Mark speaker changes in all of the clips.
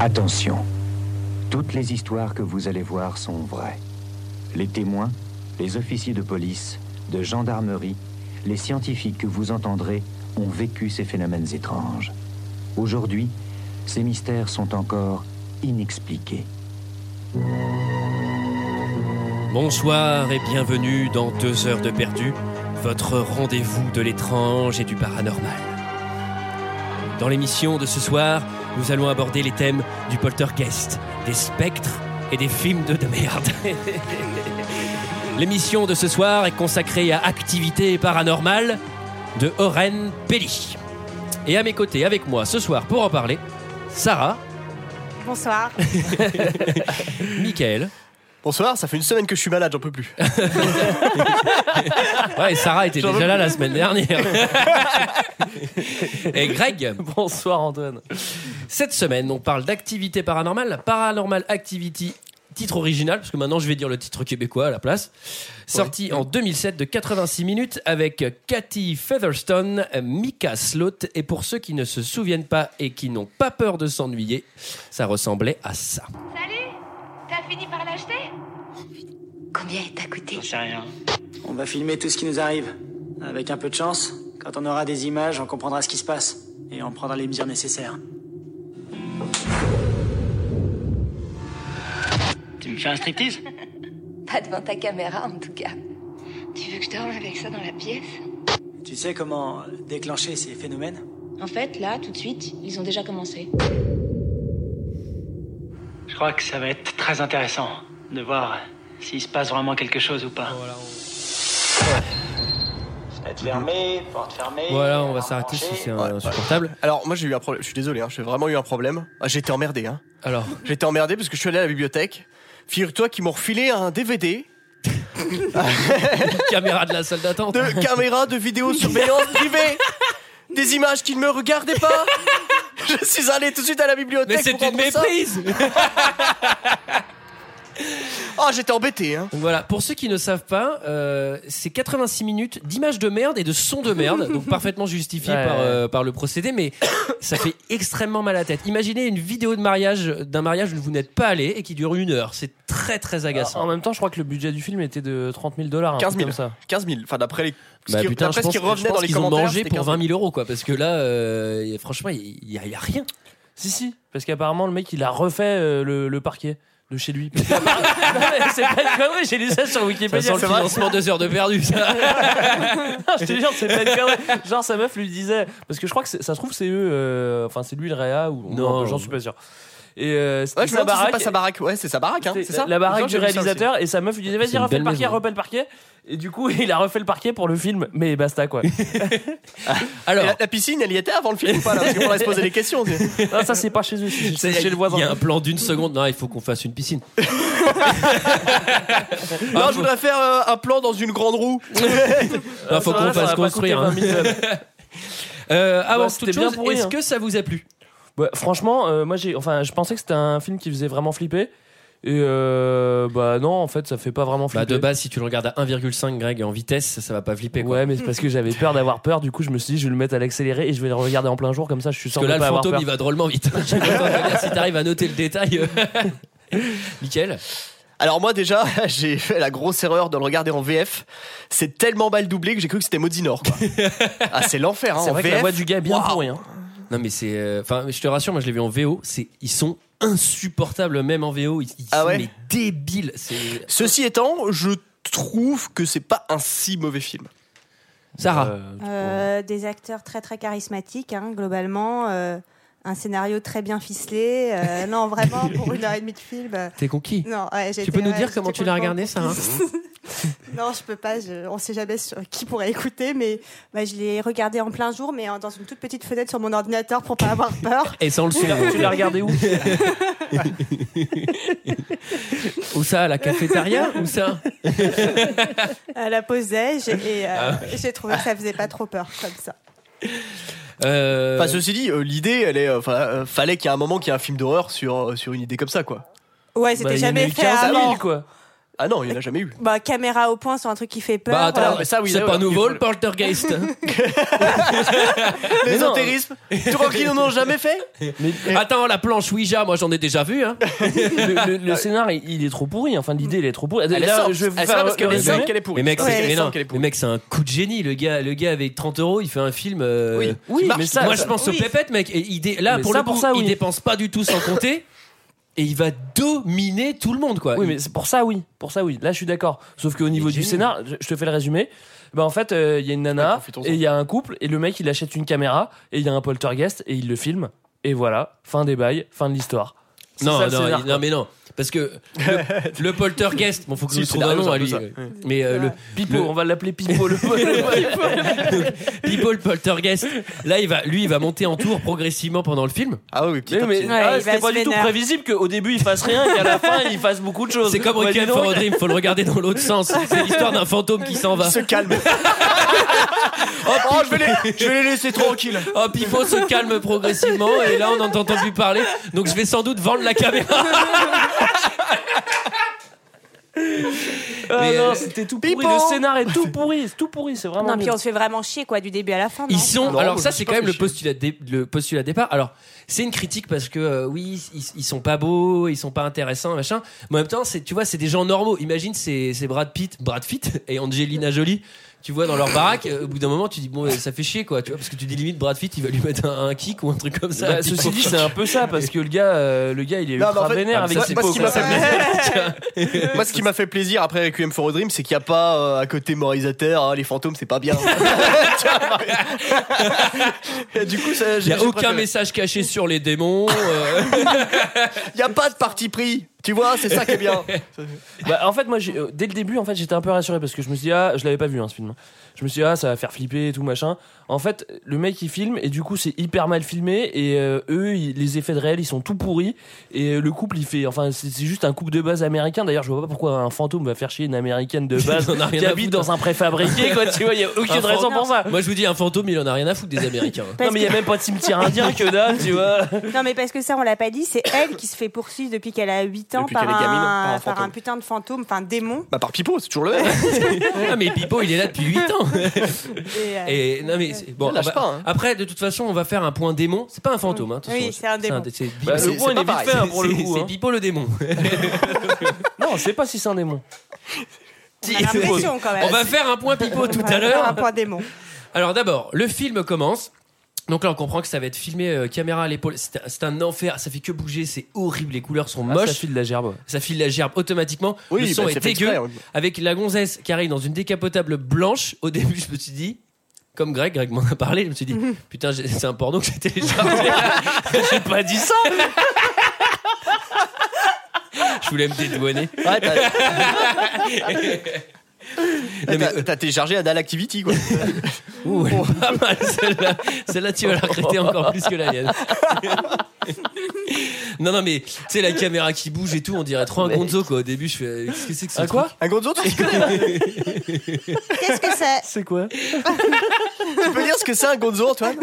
Speaker 1: Attention, toutes les histoires que vous allez voir sont vraies. Les témoins, les officiers de police, de gendarmerie, les scientifiques que vous entendrez ont vécu ces phénomènes étranges. Aujourd'hui, ces mystères sont encore inexpliqués.
Speaker 2: Bonsoir et bienvenue dans Deux heures de perdu, votre rendez-vous de l'étrange et du paranormal. Dans l'émission de ce soir, nous allons aborder les thèmes du poltergeist, des spectres et des films de, de merde. l'émission de ce soir est consacrée à Activité paranormale de Oren Pelli. Et à mes côtés, avec moi ce soir pour en parler, Sarah,
Speaker 3: Bonsoir.
Speaker 2: Michael.
Speaker 4: Bonsoir, ça fait une semaine que je suis malade, j'en peux plus.
Speaker 2: Ouais, Sarah était
Speaker 4: J'en
Speaker 2: déjà
Speaker 4: veux
Speaker 2: là la semaine dernière. Et Greg,
Speaker 5: Bonsoir Antoine.
Speaker 2: cette semaine, on parle d'activité paranormale, Paranormal Activity, titre original, parce que maintenant je vais dire le titre québécois à la place. Sorti en 2007 de 86 minutes avec Cathy Featherstone, Mika Slot, et pour ceux qui ne se souviennent pas et qui n'ont pas peur de s'ennuyer, ça ressemblait à ça.
Speaker 6: Salut T'as fini par l'acheter
Speaker 7: Combien il t'a coûté
Speaker 8: J'en sais rien.
Speaker 9: On va filmer tout ce qui nous arrive. Avec un peu de chance, quand on aura des images, on comprendra ce qui se passe. Et on prendra les mesures nécessaires.
Speaker 8: Tu me fais un striptease
Speaker 7: Pas devant ta caméra en tout cas.
Speaker 6: Tu veux que je dorme avec ça dans la pièce
Speaker 9: Tu sais comment déclencher ces phénomènes
Speaker 6: En fait, là, tout de suite, ils ont déjà commencé.
Speaker 8: Je crois que ça va être très intéressant de voir s'il se passe vraiment quelque chose ou pas.
Speaker 9: Fenêtre fermée, porte fermée.
Speaker 2: Voilà, on va s'arrêter si c'est
Speaker 4: Ouais, ouais.
Speaker 2: insupportable.
Speaker 4: Alors moi j'ai eu un problème, je suis désolé, hein, j'ai vraiment eu un problème. Ah, j'ai été emmerdé, hein.
Speaker 2: Alors,
Speaker 4: J'ai été emmerdé parce que je suis allé à la bibliothèque. Figure-toi qu'ils m'ont refilé un DVD
Speaker 2: caméra de la salle d'attente.
Speaker 4: de caméra de vidéosurveillance privée. Des images qui ne me regardaient pas. Je suis allé tout de suite à la bibliothèque.
Speaker 2: Mais c'est
Speaker 4: pour
Speaker 2: une
Speaker 4: rendre ça.
Speaker 2: méprise
Speaker 4: Ah, j'étais embêté, hein.
Speaker 2: Donc voilà, pour ceux qui ne savent pas, euh, c'est 86 minutes d'images de merde et de sons de merde, donc parfaitement justifié
Speaker 5: Ouais.
Speaker 2: par, euh, par le procédé, mais ça fait extrêmement mal à la tête. Imaginez une vidéo de mariage, d'un mariage où vous n'êtes pas allé et qui dure une heure. C'est très très agaçant.
Speaker 5: En même temps, je crois que le budget du film était de 30 000 dollars.
Speaker 4: 15 000.
Speaker 5: Comme ça.
Speaker 4: 15 000. Enfin, d'après les. ce
Speaker 2: Bah
Speaker 4: qui-
Speaker 2: putain, je
Speaker 4: d'après ce
Speaker 2: pense,
Speaker 4: qui
Speaker 2: je
Speaker 4: revenait
Speaker 2: pense
Speaker 4: dans les
Speaker 2: qu'ils ont
Speaker 4: commentaires.
Speaker 2: mangé
Speaker 4: c'était
Speaker 2: pour
Speaker 4: 15 000.
Speaker 2: 20 000 euros, quoi, parce que là, euh, y a- franchement, il n'y a, y a rien.
Speaker 5: Si, si. Parce qu'apparemment, le mec, il a refait euh, le, le parquet de chez lui. Parce que- Non, mais c'est pas une connerie, j'ai lu ça sur
Speaker 2: Ça
Speaker 5: Wikipédia.
Speaker 2: sent le financement deux heures de perdu, ça.
Speaker 5: Non, je te jure, c'est pas une connerie. Genre, sa meuf lui disait. Parce que je crois que c'est- ça se trouve, c'est eux. euh, Enfin, c'est lui le Réa ou.
Speaker 2: Non.
Speaker 5: j'en suis pas sûr. Et euh, c'était
Speaker 4: Ouais, je me
Speaker 5: sa
Speaker 4: demande si c'est
Speaker 5: baraque.
Speaker 4: pas sa baraque. Ouais, c'est sa baraque, hein.
Speaker 5: C'était
Speaker 4: C'est ça
Speaker 5: La
Speaker 4: Je
Speaker 5: baraque
Speaker 4: crois que
Speaker 5: du
Speaker 4: j'ai vu ça aussi.
Speaker 5: réalisateur et sa meuf lui disait
Speaker 2: C'est
Speaker 5: vas-y
Speaker 2: une
Speaker 5: refais
Speaker 2: belle
Speaker 5: le parquet,
Speaker 2: maison.
Speaker 5: refais le parquet. Et du coup il a refait le parquet pour le film, mais basta quoi.
Speaker 4: Et
Speaker 2: Alors,
Speaker 4: La, la piscine, elle y était avant le film ou pas là Parce qu'on va se poser des questions. tu sais.
Speaker 5: non, ça c'est pas chez eux, c'est
Speaker 2: C'est-
Speaker 5: c'est chez le voisin.
Speaker 2: Il y a un plan d'une seconde. Non, il faut qu'on fasse une piscine.
Speaker 5: Ah,
Speaker 4: Non, je voudrais faire euh, un plan dans une grande roue.
Speaker 2: Il faut
Speaker 5: Ah, Ça,
Speaker 2: qu'on
Speaker 5: ça
Speaker 2: fasse
Speaker 5: va pas
Speaker 2: construire.
Speaker 5: coûter
Speaker 2: hein.
Speaker 5: 20 000 balles.
Speaker 2: Euh, avant
Speaker 5: Ouais,
Speaker 2: toute
Speaker 5: c'était bien
Speaker 2: chose,
Speaker 5: pourri,
Speaker 2: est-ce
Speaker 5: hein.
Speaker 2: que ça vous a plu
Speaker 5: Ouais, franchement, euh, moi j'ai, enfin, je pensais que c'était un film qui faisait vraiment flipper. Et euh, bah non, en fait, ça fait pas vraiment
Speaker 2: Bah
Speaker 5: flipper.
Speaker 2: de base, si tu le regardes à 1,5 Greg en vitesse, ça, ça va pas flipper quoi.
Speaker 5: Ouais, mais c'est parce que j'avais peur d'avoir peur. Du coup, je me suis dit, je vais le mettre à l'accéléré et je vais le regarder en plein jour comme ça. Je suis sûr
Speaker 2: Parce que là,
Speaker 5: de
Speaker 2: le
Speaker 5: pas avoir
Speaker 2: fantôme,
Speaker 5: peur.
Speaker 2: il va drôlement vite. Je sais pas comment te dire, si t'arrives à noter le détail, euh, Nickel.
Speaker 4: Alors moi déjà, j'ai fait la grosse erreur de le regarder en VF. C'est tellement mal doublé que j'ai cru que c'était Maudinor. Quoi. ah c'est l'enfer hein,
Speaker 5: C'est
Speaker 4: en
Speaker 5: vrai que la
Speaker 4: VF.
Speaker 5: voix du gars est bien
Speaker 4: waouh.
Speaker 5: pourrie. Hein.
Speaker 2: Non mais c'est, euh, enfin, je te rassure, moi je l'ai vu en VO. C'est, ils sont insupportables même en VO. Ils, ils
Speaker 4: Ah
Speaker 2: sont
Speaker 4: ouais
Speaker 2: mais débiles. C'est
Speaker 4: Ceci étant, je trouve que c'est pas un si mauvais film.
Speaker 2: Sarah.
Speaker 5: Euh,
Speaker 3: Euh, des acteurs très très charismatiques, hein, globalement. euh, un scénario très bien ficelé. euh, non, vraiment, pour une heure et demie de film. euh,
Speaker 2: T'es conquis
Speaker 3: non, ouais,
Speaker 2: Tu
Speaker 3: j'étais-
Speaker 2: peux nous
Speaker 3: ouais,
Speaker 2: dire comment
Speaker 3: j'étais
Speaker 2: tu l'as
Speaker 3: complètement
Speaker 2: regardé, ça, hein
Speaker 3: conquise. Non, je peux pas. je- on sait jamais sur qui pourrait écouter, mais bah, je l'ai regardé en plein jour, mais en- dans une toute petite fenêtre sur mon ordinateur pour pas avoir peur.
Speaker 2: Et sans le son.
Speaker 5: tu l'as regardé où
Speaker 2: Où ça à la cafétéria Où ça
Speaker 3: À Euh, la posais j'ai- et euh,
Speaker 5: Ah
Speaker 3: j'ai trouvé que ça faisait pas trop peur comme ça.
Speaker 2: Euh,
Speaker 4: Enfin ceci dit, euh, l'idée, elle est, euh, enfin, euh, fallait qu'il y ait un moment qu'il y ait un film d'horreur sur euh, sur une idée comme ça quoi.
Speaker 3: Ouais,
Speaker 5: Bah,
Speaker 3: c'était
Speaker 5: il y en a
Speaker 3: jamais
Speaker 5: eu
Speaker 3: fait
Speaker 5: 15 000,
Speaker 3: avant.
Speaker 5: quoi.
Speaker 4: Ah non, il n'y en a jamais eu.
Speaker 3: Bah, caméra au point sur un truc qui fait peur.
Speaker 2: Bah, attends,
Speaker 4: Ah, mais ça, oui,
Speaker 2: c'est
Speaker 4: là,
Speaker 2: pas
Speaker 4: ouais, il
Speaker 2: nouveau
Speaker 4: faut
Speaker 2: le
Speaker 4: le-
Speaker 2: poltergeist.
Speaker 4: L'ésotérisme,
Speaker 5: hein.
Speaker 4: tu crois qu'ils n'en ont jamais fait
Speaker 5: Mais
Speaker 2: attends, la planche Ouija, moi j'en ai déjà vu. Hein.
Speaker 5: le, le- le scénar, il, il est trop pourri. Enfin, l'idée, elle est trop pourrie.
Speaker 4: Elle est
Speaker 5: Là,
Speaker 4: simple.
Speaker 5: je vais vous
Speaker 4: Elle est
Speaker 5: faire
Speaker 4: simple parce
Speaker 5: le
Speaker 4: qu'elle est
Speaker 5: résumé.
Speaker 4: simple qu'elle est pourrie.
Speaker 2: Mais mec,
Speaker 4: Parce
Speaker 2: c'est-
Speaker 4: qu'elle est
Speaker 2: mais non,
Speaker 4: simple qu'elle est pourrie.
Speaker 2: le mec, c'est un coup de génie. Le gars, le gars avec 30 euros, il fait un film. euh,
Speaker 4: Oui.
Speaker 5: Oui,
Speaker 4: Qui
Speaker 5: mais
Speaker 4: marche.
Speaker 5: ça,
Speaker 2: Moi,
Speaker 5: ça-
Speaker 2: je pense au pépette, mec. Et il dé- Là,
Speaker 5: Mais
Speaker 2: pour
Speaker 5: ça,
Speaker 2: le coup,
Speaker 5: pour ça, oui.
Speaker 2: il dépense pas du tout sans compter. Et il va dominer tout le monde, quoi.
Speaker 5: Oui, mais c'est pour ça, oui. Pour ça, oui. Là, je suis d'accord. Sauf qu'au niveau du
Speaker 2: génial.
Speaker 5: scénar, je je te fais le résumé. Bah, en fait, euh, il y a une
Speaker 4: Ouais,
Speaker 5: nana
Speaker 4: profitons-en.
Speaker 5: et il y a un couple et le mec, il achète une caméra et il y a un poltergeist et il le filme. Et voilà, fin des bails, fin de l'histoire. C'est
Speaker 2: non, non,
Speaker 5: ça, le scénar,
Speaker 2: il-
Speaker 5: quoi.
Speaker 2: non, mais non. Parce que le, le poltergeist, bon, faut que
Speaker 4: Si,
Speaker 2: je
Speaker 4: c'est
Speaker 2: trouve
Speaker 4: la
Speaker 2: un nom
Speaker 4: raison,
Speaker 2: à
Speaker 4: un peu
Speaker 2: lui.
Speaker 4: ça.
Speaker 2: euh, Mais euh, le
Speaker 5: Pipo,
Speaker 2: le-
Speaker 5: on va l'appeler Pipo le le-
Speaker 2: People Poltergeist, là, il va, lui, il va monter en tour progressivement pendant le film.
Speaker 4: Ah oui, oui, petit
Speaker 5: Mais,
Speaker 4: à
Speaker 5: mais
Speaker 4: petit.
Speaker 3: Ouais,
Speaker 5: ah,
Speaker 3: il va
Speaker 5: c'était pas
Speaker 3: se
Speaker 5: du tout
Speaker 3: vénère.
Speaker 5: prévisible qu'au début il fasse rien et qu'à la fin il fasse beaucoup de choses.
Speaker 2: C'est comme
Speaker 5: Bah, dis
Speaker 2: Requiem for
Speaker 5: donc.
Speaker 2: a Dream, faut le regarder dans l'autre sens. C'est l'histoire d'un fantôme qui s'en va.
Speaker 4: Il se calme. oh, je, vais les, je vais les laisser tranquilles.
Speaker 2: Oh, Pipo se calme progressivement et là on n'entend plus parler. Donc je vais sans doute vendre la caméra.
Speaker 5: Ah
Speaker 2: Mais,
Speaker 5: non,
Speaker 2: euh,
Speaker 5: c'était tout pourri.
Speaker 4: Pipo
Speaker 5: Le scénar est tout pourri, c'est tout pourri, c'est vraiment.
Speaker 3: euh, Non, puis
Speaker 5: nul.
Speaker 3: on se fait vraiment chier, quoi, du début à la fin.
Speaker 2: Ils
Speaker 3: non
Speaker 2: sont.
Speaker 4: Non,
Speaker 2: alors
Speaker 4: je
Speaker 2: ça,
Speaker 4: sais
Speaker 2: c'est
Speaker 4: pas,
Speaker 2: quand même
Speaker 4: mais
Speaker 2: le
Speaker 4: je-
Speaker 2: postulat, de dé- le postulat de départ. Alors c'est une critique parce que euh, oui, ils, ils sont pas beaux, ils sont pas intéressants, machin. Mais en même temps, c'est tu vois, c'est des gens normaux. Imagine c'est c'est Brad Pitt, Brad Pitt et Angelina Jolie. Tu vois dans leur baraque, euh, au bout d'un moment, tu dis bon, euh, ça fait chier quoi, tu vois, parce que tu dis limite Brad Pitt, il va lui mettre un, un kick ou un truc comme ça.
Speaker 5: Bah, ceci dit, c'est un peu ça parce que le gars, euh, le gars, il est
Speaker 4: Non, mais en
Speaker 5: ultra
Speaker 4: fait-
Speaker 5: vénère
Speaker 4: Ah,
Speaker 5: avec
Speaker 4: ça,
Speaker 5: ses
Speaker 4: moi, ce
Speaker 5: pots,
Speaker 4: qui
Speaker 5: quoi.
Speaker 4: m'a fait- Moi, ce qui m'a fait plaisir après Requiem for a Dream, c'est qu'il n'y a pas euh, à côté moralisateur, hein, les fantômes, c'est pas bien. Et du coup, ça,
Speaker 2: il n'y
Speaker 4: j'ai-
Speaker 2: a
Speaker 4: j'ai
Speaker 2: aucun
Speaker 4: préféré.
Speaker 2: message caché sur les démons. euh,
Speaker 4: Il y a pas de parti pris. Tu vois, c'est ça qui est bien.
Speaker 5: Bah, en fait, moi, j'ai- euh, dès le début, en fait, j'étais un peu rassuré parce que je me suis dit, ah, je l'avais pas vu hein, ce film. Je me suis dit, ah, ça va faire flipper et tout machin. En fait, le mec il filme et du coup, c'est hyper mal filmé et euh, eux, ils- les effets de réel, ils sont tout pourris et euh, le couple, il fait, enfin, c'est c'est juste un couple de base américain. D'ailleurs, je vois pas pourquoi un fantôme va faire chier une américaine de base
Speaker 2: On a rien
Speaker 5: qui
Speaker 2: à
Speaker 5: habite
Speaker 2: foutre.
Speaker 5: dans un préfabriqué, quoi. Tu vois, il y a
Speaker 2: Un
Speaker 5: aucune raison
Speaker 2: fantôme.
Speaker 5: pour ça.
Speaker 2: Moi, je vous dis, un fantôme, il en a rien à foutre des Américains.
Speaker 5: Non,
Speaker 3: Parce
Speaker 5: mais il y a même pas de cimetière indien que dalle, tu vois.
Speaker 3: Non, mais parce que ça, on l'a pas dit, c'est elle qui se fait poursuivre depuis qu'elle a 8 ans
Speaker 4: Depuis
Speaker 3: par,
Speaker 4: qu'elle est gamine, par un
Speaker 3: un, par
Speaker 4: fantôme.
Speaker 3: un putain de fantôme, enfin démon.
Speaker 4: Bah, par pipeau, c'est toujours le même.
Speaker 2: ah, mais Pipo, il est là depuis 8 ans.
Speaker 3: Et, euh,
Speaker 2: Et, non, mais c'est- bon,
Speaker 4: Il lâche
Speaker 2: ah bah,
Speaker 4: pas, hein.
Speaker 2: après, de toute façon, on va faire un point démon. C'est pas un fantôme, hein, de toute
Speaker 3: Oui,
Speaker 2: façon.
Speaker 3: c'est un démon.
Speaker 2: C'est
Speaker 5: Bah,
Speaker 4: c'est-
Speaker 5: le point,
Speaker 4: c'est
Speaker 5: il
Speaker 4: pas
Speaker 5: est vite
Speaker 4: pareil.
Speaker 5: fait hein, pour le
Speaker 2: c'est-
Speaker 5: coup.
Speaker 2: c'est
Speaker 5: hein.
Speaker 2: Pipo le démon.
Speaker 5: Non, c'est pas si c'est un démon.
Speaker 3: on a l'impression quand même.
Speaker 2: On va faire un point Pipo tout
Speaker 3: On va
Speaker 2: à
Speaker 3: faire Un
Speaker 2: l'heure.
Speaker 3: point démon.
Speaker 2: Alors d'abord, le film commence. Donc là, on comprend que ça va être filmé euh, caméra à l'épaule. C'est un- C'est un enfer. Ça fait que bouger. C'est horrible. Les couleurs
Speaker 4: Ah,
Speaker 2: sont
Speaker 5: Moche.
Speaker 2: moches.
Speaker 5: Ah, Ça file de la gerbe.
Speaker 2: Ça file la gerbe automatiquement. le son
Speaker 4: bah,
Speaker 2: est
Speaker 4: c'est fait
Speaker 2: dégueu.
Speaker 4: exprès, hein.
Speaker 2: Avec la gonzesse qui arrive dans une décapotable blanche. Au début, je me suis dit, comme Greg, Greg m'en a parlé, je me suis dit, putain, j'ai- c'est un porno que j'ai téléchargé.
Speaker 5: J'ai pas dit ça.
Speaker 2: je voulais me dédouaner.
Speaker 4: Ouais, t'as-
Speaker 2: Non, mais-
Speaker 4: t'as- T'as téléchargé Anal Activity, quoi.
Speaker 2: Ouh,
Speaker 4: Oh.
Speaker 2: elle est pas mal celle-là. Celle-là, tu vas la regretter encore plus que la mienne. non, non, mais tu sais, la caméra qui bouge et tout, on dirait trop un gonzo quoi. Au début, je fais, euh, qu'est-ce que c'est que ça
Speaker 5: À quoi
Speaker 4: Un gonzo, tu tu
Speaker 3: Qu'est-ce que c'est
Speaker 5: C'est quoi
Speaker 4: peux dire ce que c'est un gonzo, Antoine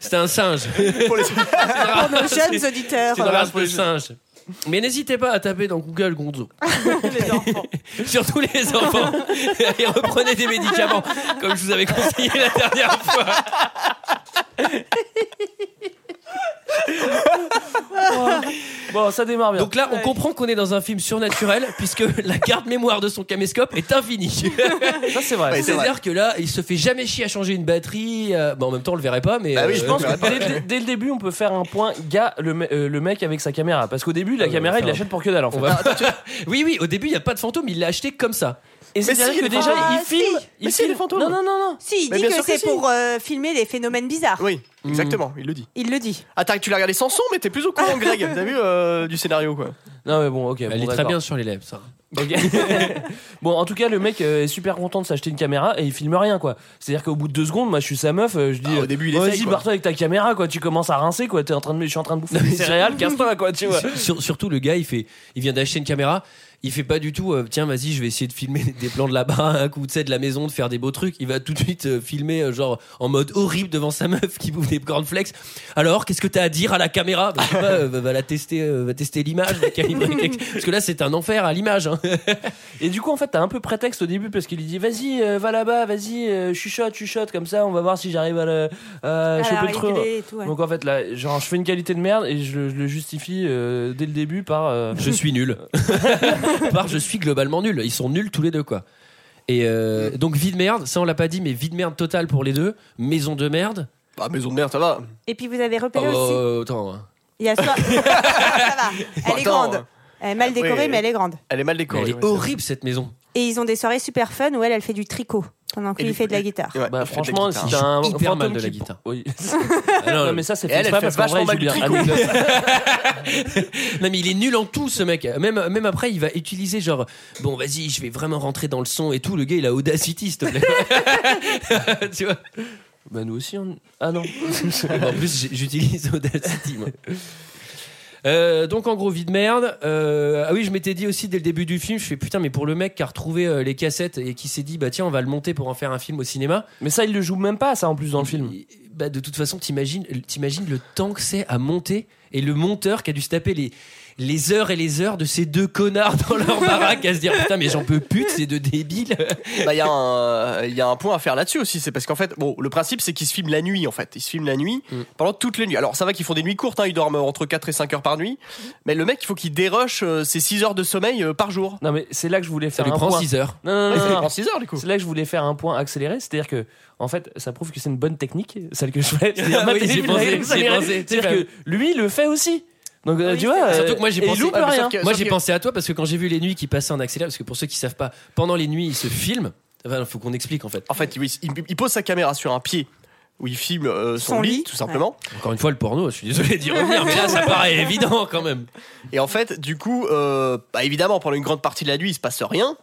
Speaker 2: C'était un singe.
Speaker 4: Pour les-
Speaker 3: pour nos jeunes auditeurs euh,
Speaker 2: C'est une race de singe. Mais n'hésitez pas à taper dans Google Gonzo.
Speaker 3: les enfants
Speaker 2: Surtout les enfants. Et reprenez des médicaments, comme je vous avais conseillé la dernière fois.
Speaker 5: Bon, ça démarre bien.
Speaker 2: Donc là, on comprend qu'on est dans un film surnaturel, puisque la carte mémoire de son caméscope est infinie.
Speaker 5: ça, c'est vrai.
Speaker 4: Ouais, c'est vrai.
Speaker 2: C'est-à-dire que là, il se fait jamais chier à changer une batterie. euh, bah, en même temps, on le verrait pas, mais. euh,
Speaker 4: Bah oui,
Speaker 5: Je pense
Speaker 4: Ouais,
Speaker 5: que dès, dès- dès le début, on peut faire un point gars, le, me- euh, le mec avec sa caméra. Parce qu'au début, la
Speaker 2: Ah ouais,
Speaker 5: caméra,
Speaker 2: ça
Speaker 5: il
Speaker 2: va.
Speaker 5: l'achète pour que Ah, dalle en fait.
Speaker 2: on va- oui, oui, au début, il n'y a pas de fantôme, il l'a acheté comme ça.
Speaker 5: Et
Speaker 4: Mais
Speaker 5: c'est-à-dire
Speaker 4: si,
Speaker 5: que
Speaker 4: les
Speaker 5: déjà,
Speaker 3: fantômes.
Speaker 5: il
Speaker 3: Ah,
Speaker 5: filme.
Speaker 3: si.
Speaker 5: Il
Speaker 4: Mais si,
Speaker 5: filme.
Speaker 4: les fantômes.
Speaker 5: Non, non, non, non.
Speaker 3: si il
Speaker 4: Mais
Speaker 3: dit
Speaker 4: bien
Speaker 3: que
Speaker 4: sûr que
Speaker 3: c'est
Speaker 4: si.
Speaker 3: pour euh, filmer les phénomènes bizarres
Speaker 4: Oui, exactement, il le dit.
Speaker 3: il le dit
Speaker 4: Attends, Ah, tu l'as regardé sans son, mais t'es plus au courant, Greg. T'as vu euh, du scénario, quoi.
Speaker 5: Non, mais bon, ok. bon,
Speaker 2: Elle est très
Speaker 5: d'accord.
Speaker 2: bien sur les lèvres, ça.
Speaker 5: Ok. bon, en tout cas, le mec euh, est super content de s'acheter une caméra et il filme rien, quoi. C'est-à-dire qu'au bout de deux secondes, moi, je suis sa meuf, euh, je dis.
Speaker 4: Ah, au début, il
Speaker 5: euh,
Speaker 4: essaye,
Speaker 5: Vas-y,
Speaker 4: quoi.
Speaker 5: barre-toi avec ta caméra, quoi. Tu commences à rincer, quoi. T'es en train de, je suis en train de bouffer
Speaker 2: Non, mais
Speaker 5: des
Speaker 2: c'est-
Speaker 5: céréales, casse-toi, quoi. Tu vois.
Speaker 2: Sur- surtout, le gars, il, fait, il vient d'acheter une caméra. il fait pas du tout euh, tiens vas-y je vais essayer de filmer des plans de là-bas un coup tu sais de la maison de faire des beaux trucs il va tout de suite euh, filmer euh, genre en mode horrible devant sa meuf qui bouffe des cornflakes alors qu'est-ce que t'as à dire à la caméra Bah, je sais pas, euh, va, va la tester euh, va tester l'image va calibrer quelque- parce que là c'est un enfer à l'image hein.
Speaker 5: Et du coup, en fait, t'as un peu prétexte au début parce qu'il lui dit vas-y, euh, va là-bas, vas-y, euh, chuchote, chuchote, comme ça, on va voir si j'arrive à, le- à
Speaker 4: Ah,
Speaker 3: à la
Speaker 5: choper le truc.
Speaker 3: régler et tout, ouais.
Speaker 5: Donc en fait, là, genre, je fais une qualité de merde et je, le- je le justifie euh, dès le début par. euh,
Speaker 2: je suis nul. Par je suis globalement nul. Ils sont nuls tous les deux, quoi. Et euh, donc, vie de merde, ça on l'a pas dit, mais vie de merde totale pour les deux. Maison de merde.
Speaker 4: Bah, maison de merde, ça va.
Speaker 3: Et puis vous avez
Speaker 4: Ah,
Speaker 3: repéré
Speaker 2: Oh,
Speaker 4: bah,
Speaker 3: aussi.
Speaker 2: euh, attends. hein.
Speaker 3: Il y a soi- Ça va. Elle est
Speaker 4: Attends,
Speaker 3: grande. Elle est mal décorée,
Speaker 4: euh, Oui.
Speaker 3: mais elle est grande.
Speaker 4: euh, Elle est mal
Speaker 2: Mais
Speaker 4: décorée.
Speaker 2: elle
Speaker 4: ouais,
Speaker 2: est
Speaker 4: ça.
Speaker 2: horrible cette maison.
Speaker 3: Et ils ont des soirées super fun où elle, elle fait du tricot pendant
Speaker 4: Et
Speaker 3: qu'il
Speaker 4: du-
Speaker 3: fait de la guitare.
Speaker 4: Ouais,
Speaker 5: bah
Speaker 4: elle fait de la
Speaker 5: franchement,
Speaker 4: guitare.
Speaker 5: si t'as un
Speaker 2: hyper
Speaker 5: fantôme
Speaker 2: mal de la
Speaker 5: qui-
Speaker 2: guitare.
Speaker 5: Oui.
Speaker 2: Ah non,
Speaker 5: non, mais
Speaker 2: mais...
Speaker 5: ça, c'est
Speaker 4: Et
Speaker 5: fait
Speaker 4: elle,
Speaker 5: exprès
Speaker 4: elle fait
Speaker 5: parce qu'en vrai,
Speaker 4: vachement
Speaker 5: il joue
Speaker 4: mal du
Speaker 5: bien.
Speaker 4: tricot.
Speaker 5: Ah, mais-
Speaker 2: non, mais il est nul en tout ce mec. Même, même après, il va utiliser genre bon, vas-y, je vais vraiment rentrer dans le son et tout. Le gars, il a Audacity, s'il te plaît. tu vois.
Speaker 5: Bah nous aussi, on. Ah non.
Speaker 2: en plus, j'ai- j'utilise Audacity. moi. Euh, donc en gros vie de merde. Euh, ah oui, je m'étais dit aussi dès le début du film, je fais putain mais pour le mec qui a retrouvé euh, les cassettes et qui s'est dit bah tiens on va le monter pour en faire un film au cinéma.
Speaker 5: Mais ça, il le joue même pas, ça, en plus, dans le film.
Speaker 2: Et- Bah de toute façon t'imagines t'imagines le temps que c'est à monter et le monteur qui a dû se taper les les heures et les heures de ces deux connards dans leur baraque à se dire putain mais j'en peux plus de ces deux débiles.
Speaker 4: Bah, il y, a un- il y a un point à faire là-dessus aussi. C'est parce qu'en fait, bon, le principe, c'est qu'ils se filment la nuit, en fait. Ils se filment la nuit
Speaker 2: Mm.
Speaker 4: pendant toutes les nuits. Alors, ça va qu'ils font des nuits courtes, hein, ils dorment entre 4 et 5 heures par nuit. Mais le mec, il faut qu'il déroche euh, ses 6 heures de sommeil euh, par jour.
Speaker 5: Non, mais c'est là que je voulais
Speaker 2: Ça
Speaker 5: faire
Speaker 2: lui
Speaker 5: un
Speaker 2: prend
Speaker 5: point.
Speaker 2: 6 heures.
Speaker 5: Non, non, non,
Speaker 4: Ouais,
Speaker 5: non,
Speaker 4: ça lui
Speaker 5: non.
Speaker 4: prend 6 heures, du coup.
Speaker 5: C'est là que je voulais faire un point accéléré, c'est-à-dire que, en fait, ça prouve que c'est une bonne technique, celle que je fais. C'est-à-dire
Speaker 2: Ah
Speaker 5: ma
Speaker 2: oui, j'y ai
Speaker 5: technique
Speaker 2: pensé, j'y ai
Speaker 5: accélérée.
Speaker 2: pensé, c'est
Speaker 5: C'est-à-dire que lui le fait aussi. Donc, euh,
Speaker 3: Oui,
Speaker 5: tu
Speaker 3: c'est
Speaker 5: vois.
Speaker 3: vrai.
Speaker 2: Surtout que moi, j'ai
Speaker 5: et il
Speaker 2: pensé-
Speaker 5: loupe
Speaker 4: Ouais, mais
Speaker 5: rien.
Speaker 4: sauf que-
Speaker 2: Moi
Speaker 4: sauf
Speaker 2: j'ai
Speaker 4: que-
Speaker 2: pensé à toi parce que quand j'ai vu les nuits qui passaient en accéléré, parce que pour ceux qui savent pas, pendant les nuits ils se filment. Enfin, faut qu'on explique en fait.
Speaker 4: En fait, oui, il, il pose sa caméra sur un pied où il filme euh, son,
Speaker 3: Son
Speaker 4: lit,
Speaker 3: lit,
Speaker 4: tout simplement.
Speaker 2: Encore une fois, le porno, je suis désolé d'y revenir, mais là, ça paraît évident quand même.
Speaker 4: Et en fait, du coup, euh, bah, évidemment, pendant une grande partie de la nuit, il se passe rien.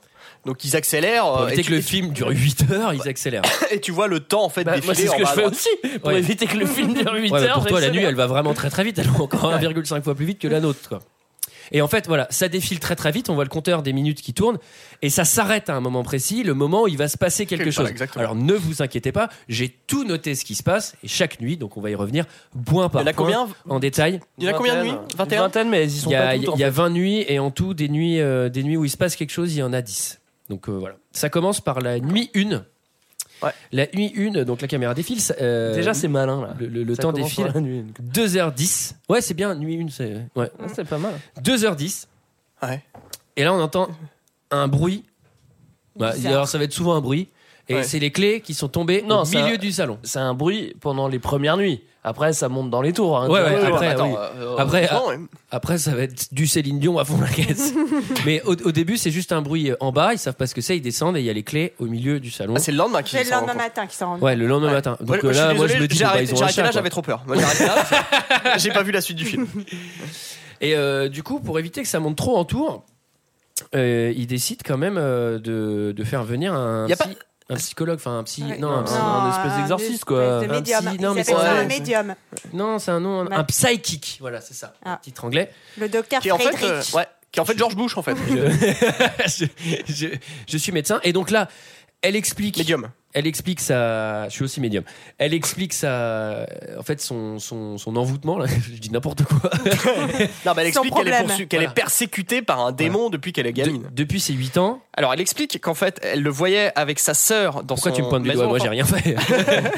Speaker 4: Donc, ils accélèrent.
Speaker 2: Pour
Speaker 5: Oh,
Speaker 4: euh, et,
Speaker 2: éviter que
Speaker 4: tu,
Speaker 2: le film dure 8 heures, ils accélèrent.
Speaker 4: et tu vois le temps, en fait,
Speaker 5: Bah, moi,
Speaker 4: défiler
Speaker 5: c'est ce
Speaker 4: en
Speaker 5: que
Speaker 4: bas
Speaker 5: je
Speaker 4: à
Speaker 5: fais
Speaker 4: droite.
Speaker 5: aussi, pour
Speaker 2: Ouais.
Speaker 5: éviter que le film dure 8
Speaker 2: Ouais, mais
Speaker 5: heures.
Speaker 2: pour toi, la nuit,
Speaker 5: j'accélère.
Speaker 2: elle va vraiment très très vite. Elle va encore 1,5 fois plus vite que la nôtre. Quoi. Et en fait, voilà, ça défile très très vite. On voit le compteur des minutes qui tourne et ça s'arrête à un moment précis, le moment où il va se passer quelque
Speaker 4: Voilà,
Speaker 2: chose.
Speaker 4: exactement.
Speaker 2: Alors ne vous inquiétez pas, j'ai tout noté ce qui se passe et chaque nuit, donc on va y revenir point
Speaker 4: Il
Speaker 2: par
Speaker 4: y en a
Speaker 2: point
Speaker 4: combien
Speaker 2: en détail.
Speaker 4: Il y en a combien de nuits 21
Speaker 5: Vingtaine, mais elles y sont
Speaker 2: Il y a,
Speaker 5: pas
Speaker 2: il
Speaker 5: toutes.
Speaker 2: y a-
Speaker 5: en
Speaker 2: il y a 20 nuits et en tout, des nuits, euh, des nuits où il se passe quelque chose, il y en a 10. Donc euh, voilà. Ça commence par la nuit 1.
Speaker 4: Ouais.
Speaker 2: La nuit 1, donc la caméra défile. ça,
Speaker 5: fait.
Speaker 2: euh,
Speaker 5: Déjà, c'est malin, là.
Speaker 2: le, le- le
Speaker 5: Ça
Speaker 2: temps
Speaker 5: commence
Speaker 2: défile.
Speaker 5: par la nuit.
Speaker 2: 2h10. Ouais, c'est bien, nuit 1, c'est. Ouais.
Speaker 5: Ah, C'est pas mal.
Speaker 2: 2h10.
Speaker 4: Ouais.
Speaker 2: Et là, on entend un bruit. Bah,
Speaker 3: Bizarre.
Speaker 2: alors, ça va être souvent un bruit. Et
Speaker 4: Ouais.
Speaker 2: c'est les clés qui sont tombées
Speaker 5: Non,
Speaker 2: au
Speaker 5: ça-
Speaker 2: milieu du salon.
Speaker 5: C'est un bruit pendant les premières nuits. Après, ça monte dans les tours. hein.
Speaker 2: Ouais,
Speaker 5: Tu
Speaker 2: ouais,
Speaker 5: vois,
Speaker 2: après,
Speaker 5: genre,
Speaker 2: oui.
Speaker 5: attends, euh, euh,
Speaker 2: Après,
Speaker 4: Non, ouais.
Speaker 2: Après, ça va être du Céline Dion à fond la caisse. Mais au, au début, c'est juste un bruit euh, en bas. Ils savent pas ce que c'est. Ils descendent et il y a les clés au milieu du salon.
Speaker 4: Ah, c'est le lendemain qui
Speaker 3: C'est le
Speaker 4: s'en rend
Speaker 3: lendemain
Speaker 4: compte.
Speaker 3: matin qu'ils s'en rendent.
Speaker 2: ouais, le lendemain matin.
Speaker 4: Ouais,
Speaker 2: Donc
Speaker 4: moi,
Speaker 2: euh, là,
Speaker 4: suis
Speaker 2: moi, je
Speaker 4: désolé,
Speaker 2: me dis,
Speaker 4: j'ai
Speaker 2: bon, bah,
Speaker 4: arrêté,
Speaker 2: ils ont
Speaker 4: j'ai
Speaker 2: un
Speaker 4: arrêté là,
Speaker 2: chat. quoi.
Speaker 4: j'avais trop peur. Moi, j'ai arrêté là, parce que j'ai pas vu la suite du film.
Speaker 2: Et euh, du coup, pour éviter que ça monte trop en tour, euh, ils décident quand même euh, de, de faire venir un,
Speaker 4: Y a
Speaker 2: psy- un psychologue, enfin un psy.
Speaker 3: Ouais.
Speaker 2: Non, un psy-
Speaker 5: Non. un espèce d'exorciste, quoi.
Speaker 3: espèce de
Speaker 2: Un
Speaker 3: médium.
Speaker 2: psy-
Speaker 3: Ils
Speaker 2: non, mais
Speaker 3: appellent
Speaker 2: c'est-
Speaker 3: ça
Speaker 4: ouais,
Speaker 3: un médium.
Speaker 2: non, c'est un nom, un,
Speaker 3: Ouais.
Speaker 2: un psychic. Voilà, c'est ça.
Speaker 3: Ah.
Speaker 2: Un titre anglais.
Speaker 3: Le docteur
Speaker 4: qui est en
Speaker 3: Frédéric.
Speaker 4: fait, euh, ouais, qui est en fait George Bush en fait,
Speaker 2: Je, je, je- je suis médecin. Et donc là, elle explique.
Speaker 4: médium.
Speaker 2: elle explique sa. Je suis aussi médium. Elle explique sa. En fait, son, son, son envoûtement, là, je dis n'importe quoi.
Speaker 4: Non, mais elle
Speaker 3: Son
Speaker 4: explique qu'elle est,
Speaker 3: problème.
Speaker 4: poursu- qu'elle
Speaker 2: Voilà.
Speaker 4: est persécutée par un démon depuis qu'elle est gamine.
Speaker 2: De- depuis ses 8 ans.
Speaker 4: Alors elle explique qu'en fait elle le voyait avec sa sœur dans
Speaker 2: Pourquoi
Speaker 4: son
Speaker 2: tu me pointes du
Speaker 4: maison
Speaker 2: doigt Moi,
Speaker 4: d'enfance.
Speaker 2: j'ai rien fait.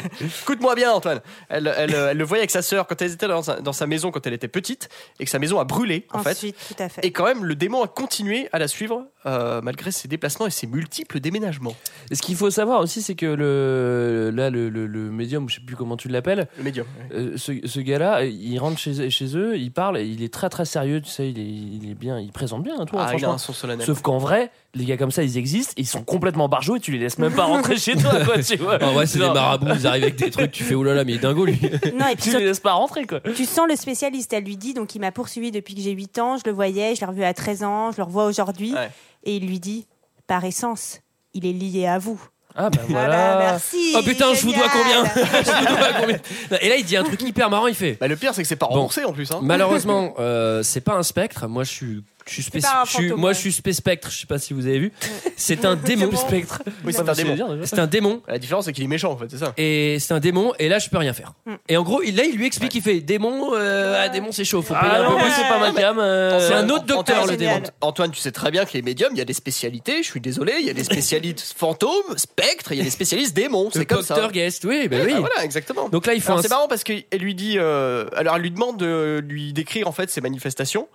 Speaker 4: Écoute-moi bien Antoine. Elle, elle, euh, elle le voyait avec sa sœur quand elle était dans sa, dans sa maison quand elle était petite et que sa maison a brûlé en fait.
Speaker 3: Ensuite, tout à fait.
Speaker 4: Et quand même le démon a continué à la suivre euh, malgré ses déplacements et ses multiples déménagements.
Speaker 5: Et Ce qu'il faut savoir aussi, c'est que le, là, le, le, le médium, je sais plus comment tu l'appelles,
Speaker 4: Le médium. ouais.
Speaker 5: euh, ce, ce gars-là, il rentre chez, chez eux, il parle, et il est très très sérieux, tu sais, il est, il est bien, il présente bien, hein, toi,
Speaker 4: Ah, il a
Speaker 5: franchement.
Speaker 4: un son solennel.
Speaker 5: Sauf qu'en vrai, les gars comme ça, ils existent, ils sont complètement barjots et tu les laisses même pas rentrer chez toi, quoi, tu vois.
Speaker 2: En vrai, Ah c'est des
Speaker 5: Genre,
Speaker 2: marabouts, ils arrivent avec des trucs, tu fais oulala, mais il est dingo lui.
Speaker 3: Non, et puis
Speaker 5: Tu les
Speaker 3: surtout,
Speaker 5: laisses pas rentrer, quoi.
Speaker 3: tu sens le spécialiste, elle lui dit, donc il m'a poursuivi depuis que j'ai 8 ans, je le voyais, je l'ai revu à 13 ans, je le revois aujourd'hui,
Speaker 4: Ouais.
Speaker 3: et il lui dit, par essence, il est lié à vous.
Speaker 5: Ah, bah
Speaker 3: Ah bah,
Speaker 5: voilà.
Speaker 3: merci.
Speaker 2: Oh putain, je vous dois
Speaker 3: génial.
Speaker 2: Et là, il dit un truc hyper marrant, il fait.
Speaker 4: Bah, le pire c'est que c'est pas remboursé en plus. Hein.
Speaker 2: Malheureusement, euh, c'est pas un spectre. Moi, je suis Je suis
Speaker 3: C'est
Speaker 2: spé-
Speaker 3: pas un
Speaker 2: je suis-
Speaker 3: fantôme,
Speaker 2: moi,
Speaker 3: ouais.
Speaker 2: je suis spé spectre. Je sais pas si vous avez vu. C'est un démon.
Speaker 3: Bon.
Speaker 5: Spectre.
Speaker 4: Oui, c'est
Speaker 5: Bah,
Speaker 4: un
Speaker 5: c'est
Speaker 4: démon.
Speaker 5: bien, déjà.
Speaker 2: C'est un démon.
Speaker 4: La différence, c'est qu'il est méchant, en fait, c'est ça.
Speaker 2: Et c'est un démon. Et là, je peux rien faire.
Speaker 4: Hmm.
Speaker 3: Mm.
Speaker 2: Et en gros, il, là, il lui explique. Il fait démon. euh, ah, démon, c'est chaud. Faut payer
Speaker 5: Ah
Speaker 2: un
Speaker 5: non,
Speaker 4: bah,
Speaker 2: peu
Speaker 5: moi
Speaker 2: plus.
Speaker 5: c'est pas ma gamme. euh,
Speaker 2: C'est un autre
Speaker 4: Antoine,
Speaker 2: docteur, le
Speaker 3: génial.
Speaker 2: démon.
Speaker 4: Antoine, tu sais très bien que les médiums, il y a des spécialités, je suis désolé, il y a des spécialistes fantômes, spectres, il y a des spécialistes démons,
Speaker 2: Le
Speaker 4: c'est comme ça.
Speaker 2: docteur Guest. Oui, bah
Speaker 4: Ah,
Speaker 2: oui.
Speaker 4: voilà, exactement.
Speaker 2: Donc là, il faut
Speaker 4: Alors,
Speaker 2: un.
Speaker 4: c'est marrant parce qu'elle lui dit, euh, alors elle lui demande de lui décrire en fait ses manifestations.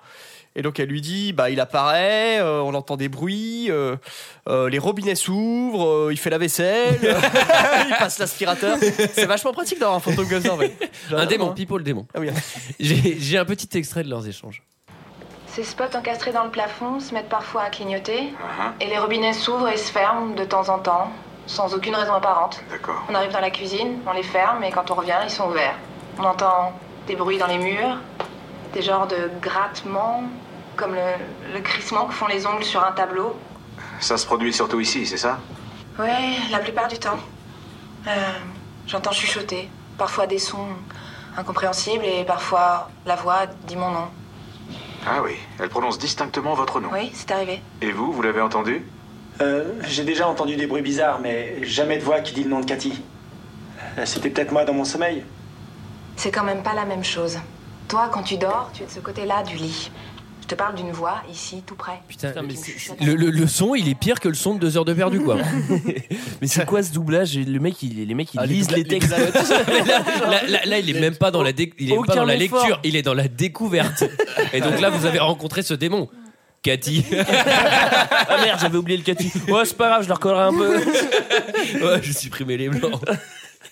Speaker 4: Et donc elle lui dit, bah il apparaît, euh, on entend des bruits, euh, euh, les robinets s'ouvrent, euh, il fait la vaisselle, il passe l'aspirateur. C'est vachement pratique d'avoir un fantôme comme ça. en fait. Genre,
Speaker 2: Un démon,
Speaker 4: hein.
Speaker 2: People démon.
Speaker 4: Ah oui.
Speaker 2: J'ai j'ai un petit extrait de leurs échanges.
Speaker 6: Ces spots encastrés dans le plafond se mettent parfois à clignoter,
Speaker 10: Uh-huh.
Speaker 6: et les robinets s'ouvrent et se ferment de temps en temps, sans aucune raison apparente.
Speaker 10: D'accord.
Speaker 6: On arrive dans la cuisine, on les ferme, et quand on revient, ils sont ouverts. On entend des bruits dans les murs, des genres de grattements, comme le, le crissement que font les ongles sur un tableau.
Speaker 10: Ça se produit surtout ici, c'est ça
Speaker 6: Ouais, la plupart du temps. Euh, J'entends chuchoter, parfois des sons incompréhensibles, et parfois la voix dit mon nom.
Speaker 10: Ah oui, elle prononce distinctement votre nom.
Speaker 6: Oui, c'est arrivé.
Speaker 10: Et vous, vous l'avez entendu
Speaker 9: Euh, j'ai déjà entendu des bruits bizarres, mais jamais de voix qui dit le nom de Cathy. Euh, C'était peut-être moi dans mon sommeil.
Speaker 6: C'est quand même pas la même chose. Toi, quand tu dors, tu es de ce côté-là du lit. Je te parle d'une voix ici, tout près.
Speaker 2: Putain,
Speaker 5: Putain, mais
Speaker 6: Tu me
Speaker 5: c'est-
Speaker 6: chuchotes.
Speaker 2: Le, le- le son, il est pire que le son de deux heures de perdu, quoi.
Speaker 5: Mais c'est quoi ce doublage Le mec, il, les mecs, ils
Speaker 2: Ah, les
Speaker 5: lisent les
Speaker 2: doubla-
Speaker 5: textes.
Speaker 2: Mais là, là- là- là, il est même pas dans la, dé- il est
Speaker 5: Aucun
Speaker 2: pas dans la
Speaker 5: effort.
Speaker 2: lecture, il est dans la découverte. Et donc là, vous avez rencontré ce démon. Cathy,
Speaker 5: Ah merde, j'avais oublié le Cathy. Ouais, c'est pas grave, je leur collerai un peu.
Speaker 2: Ouais, j'ai supprimé les blancs.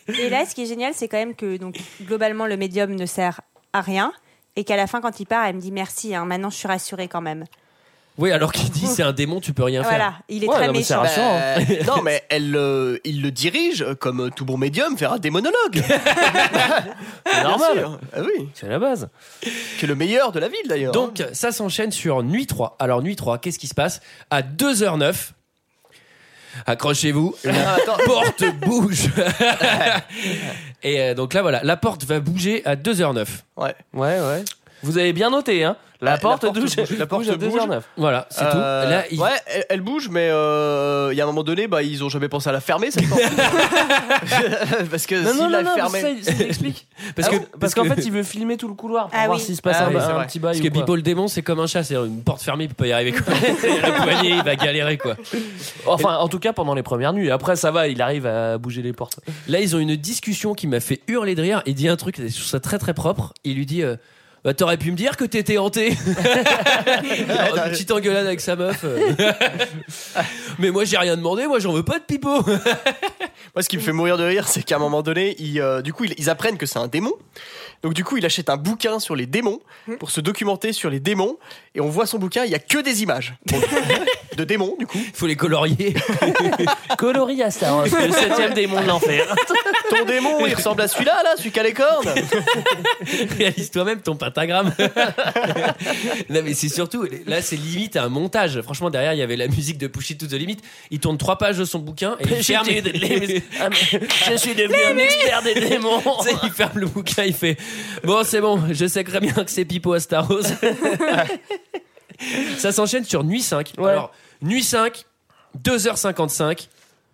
Speaker 3: Et là, ce qui est génial, c'est quand même que donc globalement le médium ne sert à rien et qu'à la fin, quand il part, elle me dit merci. hein, maintenant, je suis rassurée quand même.
Speaker 2: Oui, alors qu'il dit c'est un démon, tu peux rien faire.
Speaker 3: Voilà, il est
Speaker 5: Ouais,
Speaker 3: très
Speaker 5: non, mais c'est
Speaker 3: méchant.
Speaker 5: rassurant. hein.
Speaker 4: Bah, non mais elle, euh, il le dirige euh, comme euh, tout bon médium vers un démonologue.
Speaker 5: C'est normal.
Speaker 4: Bien sûr. Ah oui,
Speaker 5: C'est la base.
Speaker 4: qui est le meilleur de la ville d'ailleurs.
Speaker 2: Donc ça s'enchaîne sur nuit 3. Alors nuit 3, qu'est-ce qui se passe À 2h09, accrochez-vous,
Speaker 4: Ah, attends,
Speaker 2: porte bouge. Et euh, donc là voilà, la porte va bouger à 2h09.
Speaker 4: ouais.
Speaker 5: Ouais, ouais. Vous avez bien noté, hein. La,
Speaker 4: La
Speaker 5: porte,
Speaker 4: porte
Speaker 5: bouge,
Speaker 4: bouge, la porte
Speaker 5: bouge à
Speaker 4: bouge.
Speaker 5: 2h09.
Speaker 2: Voilà, c'est tout.
Speaker 4: Euh,
Speaker 2: Là, il-
Speaker 4: Ouais, elle, elle bouge, mais euh, il y a un moment donné, bah, ils ont jamais pensé à la fermer cette porte. Parce que
Speaker 5: Non,
Speaker 4: s'ils
Speaker 5: non, non,
Speaker 4: la
Speaker 5: non,
Speaker 4: fermaient.
Speaker 5: ça, il- ça il explique.
Speaker 2: parce que
Speaker 5: Ah parce qu'en fait, il veut filmer tout le couloir pour
Speaker 3: Ah
Speaker 5: voir
Speaker 3: oui.
Speaker 5: s'il se passe
Speaker 4: Ah
Speaker 5: un,
Speaker 4: oui, c'est
Speaker 5: un
Speaker 4: vrai.
Speaker 5: petit bail.
Speaker 2: Parce que
Speaker 5: ou quoi.
Speaker 2: People Démon, c'est comme un chat, c'est une porte fermée, il peut pas y arriver. Quoi. Le poignet, il va galérer. quoi.
Speaker 5: Enfin, en tout cas, pendant les premières nuits. Après, ça va, il arrive à bouger les portes.
Speaker 2: Là, ils ont une discussion qui m'a fait hurler de rire. Il dit un truc, je trouve ça très très propre. Il lui dit euh, Bah, T'aurais pu me dire que t'étais hanté Alors, Une petite engueulade avec sa meuf. euh. Mais moi, j'ai rien demandé, moi, j'en veux pas de pipo.
Speaker 4: Moi, ce qui me fait mourir de rire, c'est qu'à un moment donné, ils, euh, du coup, ils, ils apprennent que c'est un démon. Donc, du coup, il achète un bouquin sur les démons pour se documenter sur les démons. Et on voit son bouquin, il y a que des images Bon, de démons, du coup.
Speaker 2: Faut les colorier.
Speaker 5: Coloris à Star Wars, le septième démon de l'enfer.
Speaker 4: Ton démon, il ressemble à celui-là, là, celui qui a les cornes.
Speaker 2: Réalise toi-même ton pentagramme. non, mais c'est surtout, là, c'est limite un montage. Franchement, derrière, il y avait la musique de Push It to the Limit. Il tourne trois pages de son bouquin et il ferme.
Speaker 5: Ah, mais Je suis devenu un expert des démons.
Speaker 2: Tu sais, il ferme le bouquin, il fait Bon, c'est bon, je sais très bien que c'est Pipo Astaros. Ça s'enchaîne sur nuit 5.
Speaker 5: Ouais.
Speaker 2: Alors, nuit 5, 2h55,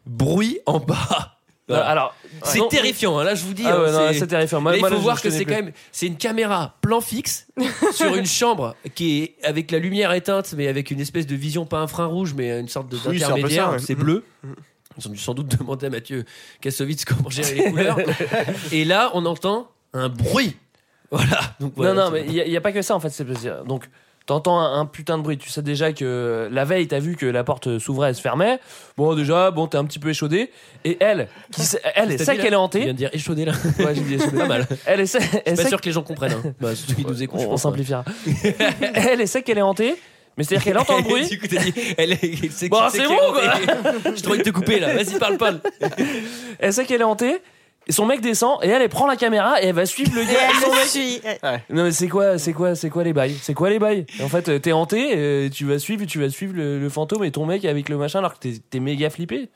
Speaker 2: bruit en bas. Voilà.
Speaker 5: Alors,
Speaker 2: c'est
Speaker 5: non-
Speaker 2: terrifiant, hein, là je vous dis.
Speaker 5: Ah
Speaker 2: hein,
Speaker 5: ouais, non,
Speaker 2: c'est-
Speaker 5: c'est terrifiant. Moi-
Speaker 2: Mais il
Speaker 5: moi,
Speaker 2: faut
Speaker 5: là, je-
Speaker 2: voir
Speaker 5: je
Speaker 2: que
Speaker 5: connais
Speaker 2: c'est
Speaker 5: plus.
Speaker 2: quand même c'est une caméra plan fixe sur une chambre qui est avec la lumière éteinte mais avec une espèce de vision pas infrarouge mais une sorte de-
Speaker 4: Oui, c'est un peu ça,
Speaker 2: d'intermédiaire
Speaker 4: ouais.
Speaker 5: Mm.
Speaker 2: c'est bleu ils ont dû sans doute demander à Mathieu Kassovitz comment gérer les couleurs et là on entend un bruit voilà donc voilà,
Speaker 5: non, non,
Speaker 2: c'est-
Speaker 5: mais il n'y a, pas que ça en fait, c'est parce que- Donc, t'entends un, un putain de bruit. Tu sais déjà que la veille, t'as vu que la porte s'ouvrait et se fermait. Bon, déjà, bon, t'es un petit peu échaudé. Et elle, qui sait- elle, elle
Speaker 2: T'as
Speaker 5: sait
Speaker 2: dit, là,
Speaker 5: qu'elle est
Speaker 2: il vient
Speaker 5: hantée.
Speaker 2: de dire échaudé là
Speaker 5: Ouais, j'ai dit échaudée.
Speaker 2: pas mal
Speaker 5: Elle essaie,
Speaker 2: je suis
Speaker 5: elle sait
Speaker 2: pas sûr que les gens comprennent hein. bah, ceux qui nous écoutent je
Speaker 5: on, on
Speaker 2: pense, hein.
Speaker 5: simplifiera. hein. elle sait qu'elle est hantée, mais c'est-à-dire qu'elle entend le bruit.
Speaker 2: Du coup, t'as dit, elle est- elle sait-
Speaker 5: Bon,
Speaker 2: sait
Speaker 5: Bah, c'est
Speaker 2: qu'elle
Speaker 5: bon,
Speaker 2: est- Je trouvais de te couper là, vas-y, parle, parle.
Speaker 5: Elle sait qu'elle est hantée. Et son mec descend et elle, elle prend la caméra et elle va suivre le
Speaker 3: Et
Speaker 5: gars.
Speaker 3: elle me suit.
Speaker 5: Non mais c'est quoi, c'est quoi, c'est quoi les bails C'est quoi les bails En fait, euh, t'es hanté, euh, tu vas suivre, tu vas suivre le, le fantôme et ton mec avec le machin alors que t'es- t'es méga flippé.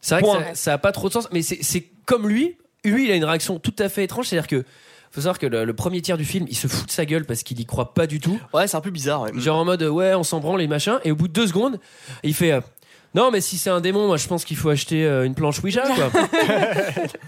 Speaker 2: C'est vrai
Speaker 5: Point.
Speaker 2: que ça- ça n'a pas trop de sens, mais c'est- c'est comme lui. Lui, il a une réaction tout à fait étrange, c'est-à-dire que Faut savoir que le, le premier tiers du film, il se fout de sa gueule parce qu'il y croit pas du tout.
Speaker 4: Ouais, c'est un peu bizarre. ouais.
Speaker 2: Genre en mode euh, ouais, on s'en branle et machin. Et au bout de deux secondes, il fait. euh, non mais si c'est un démon, moi je pense qu'il faut acheter euh, une planche Ouija quoi.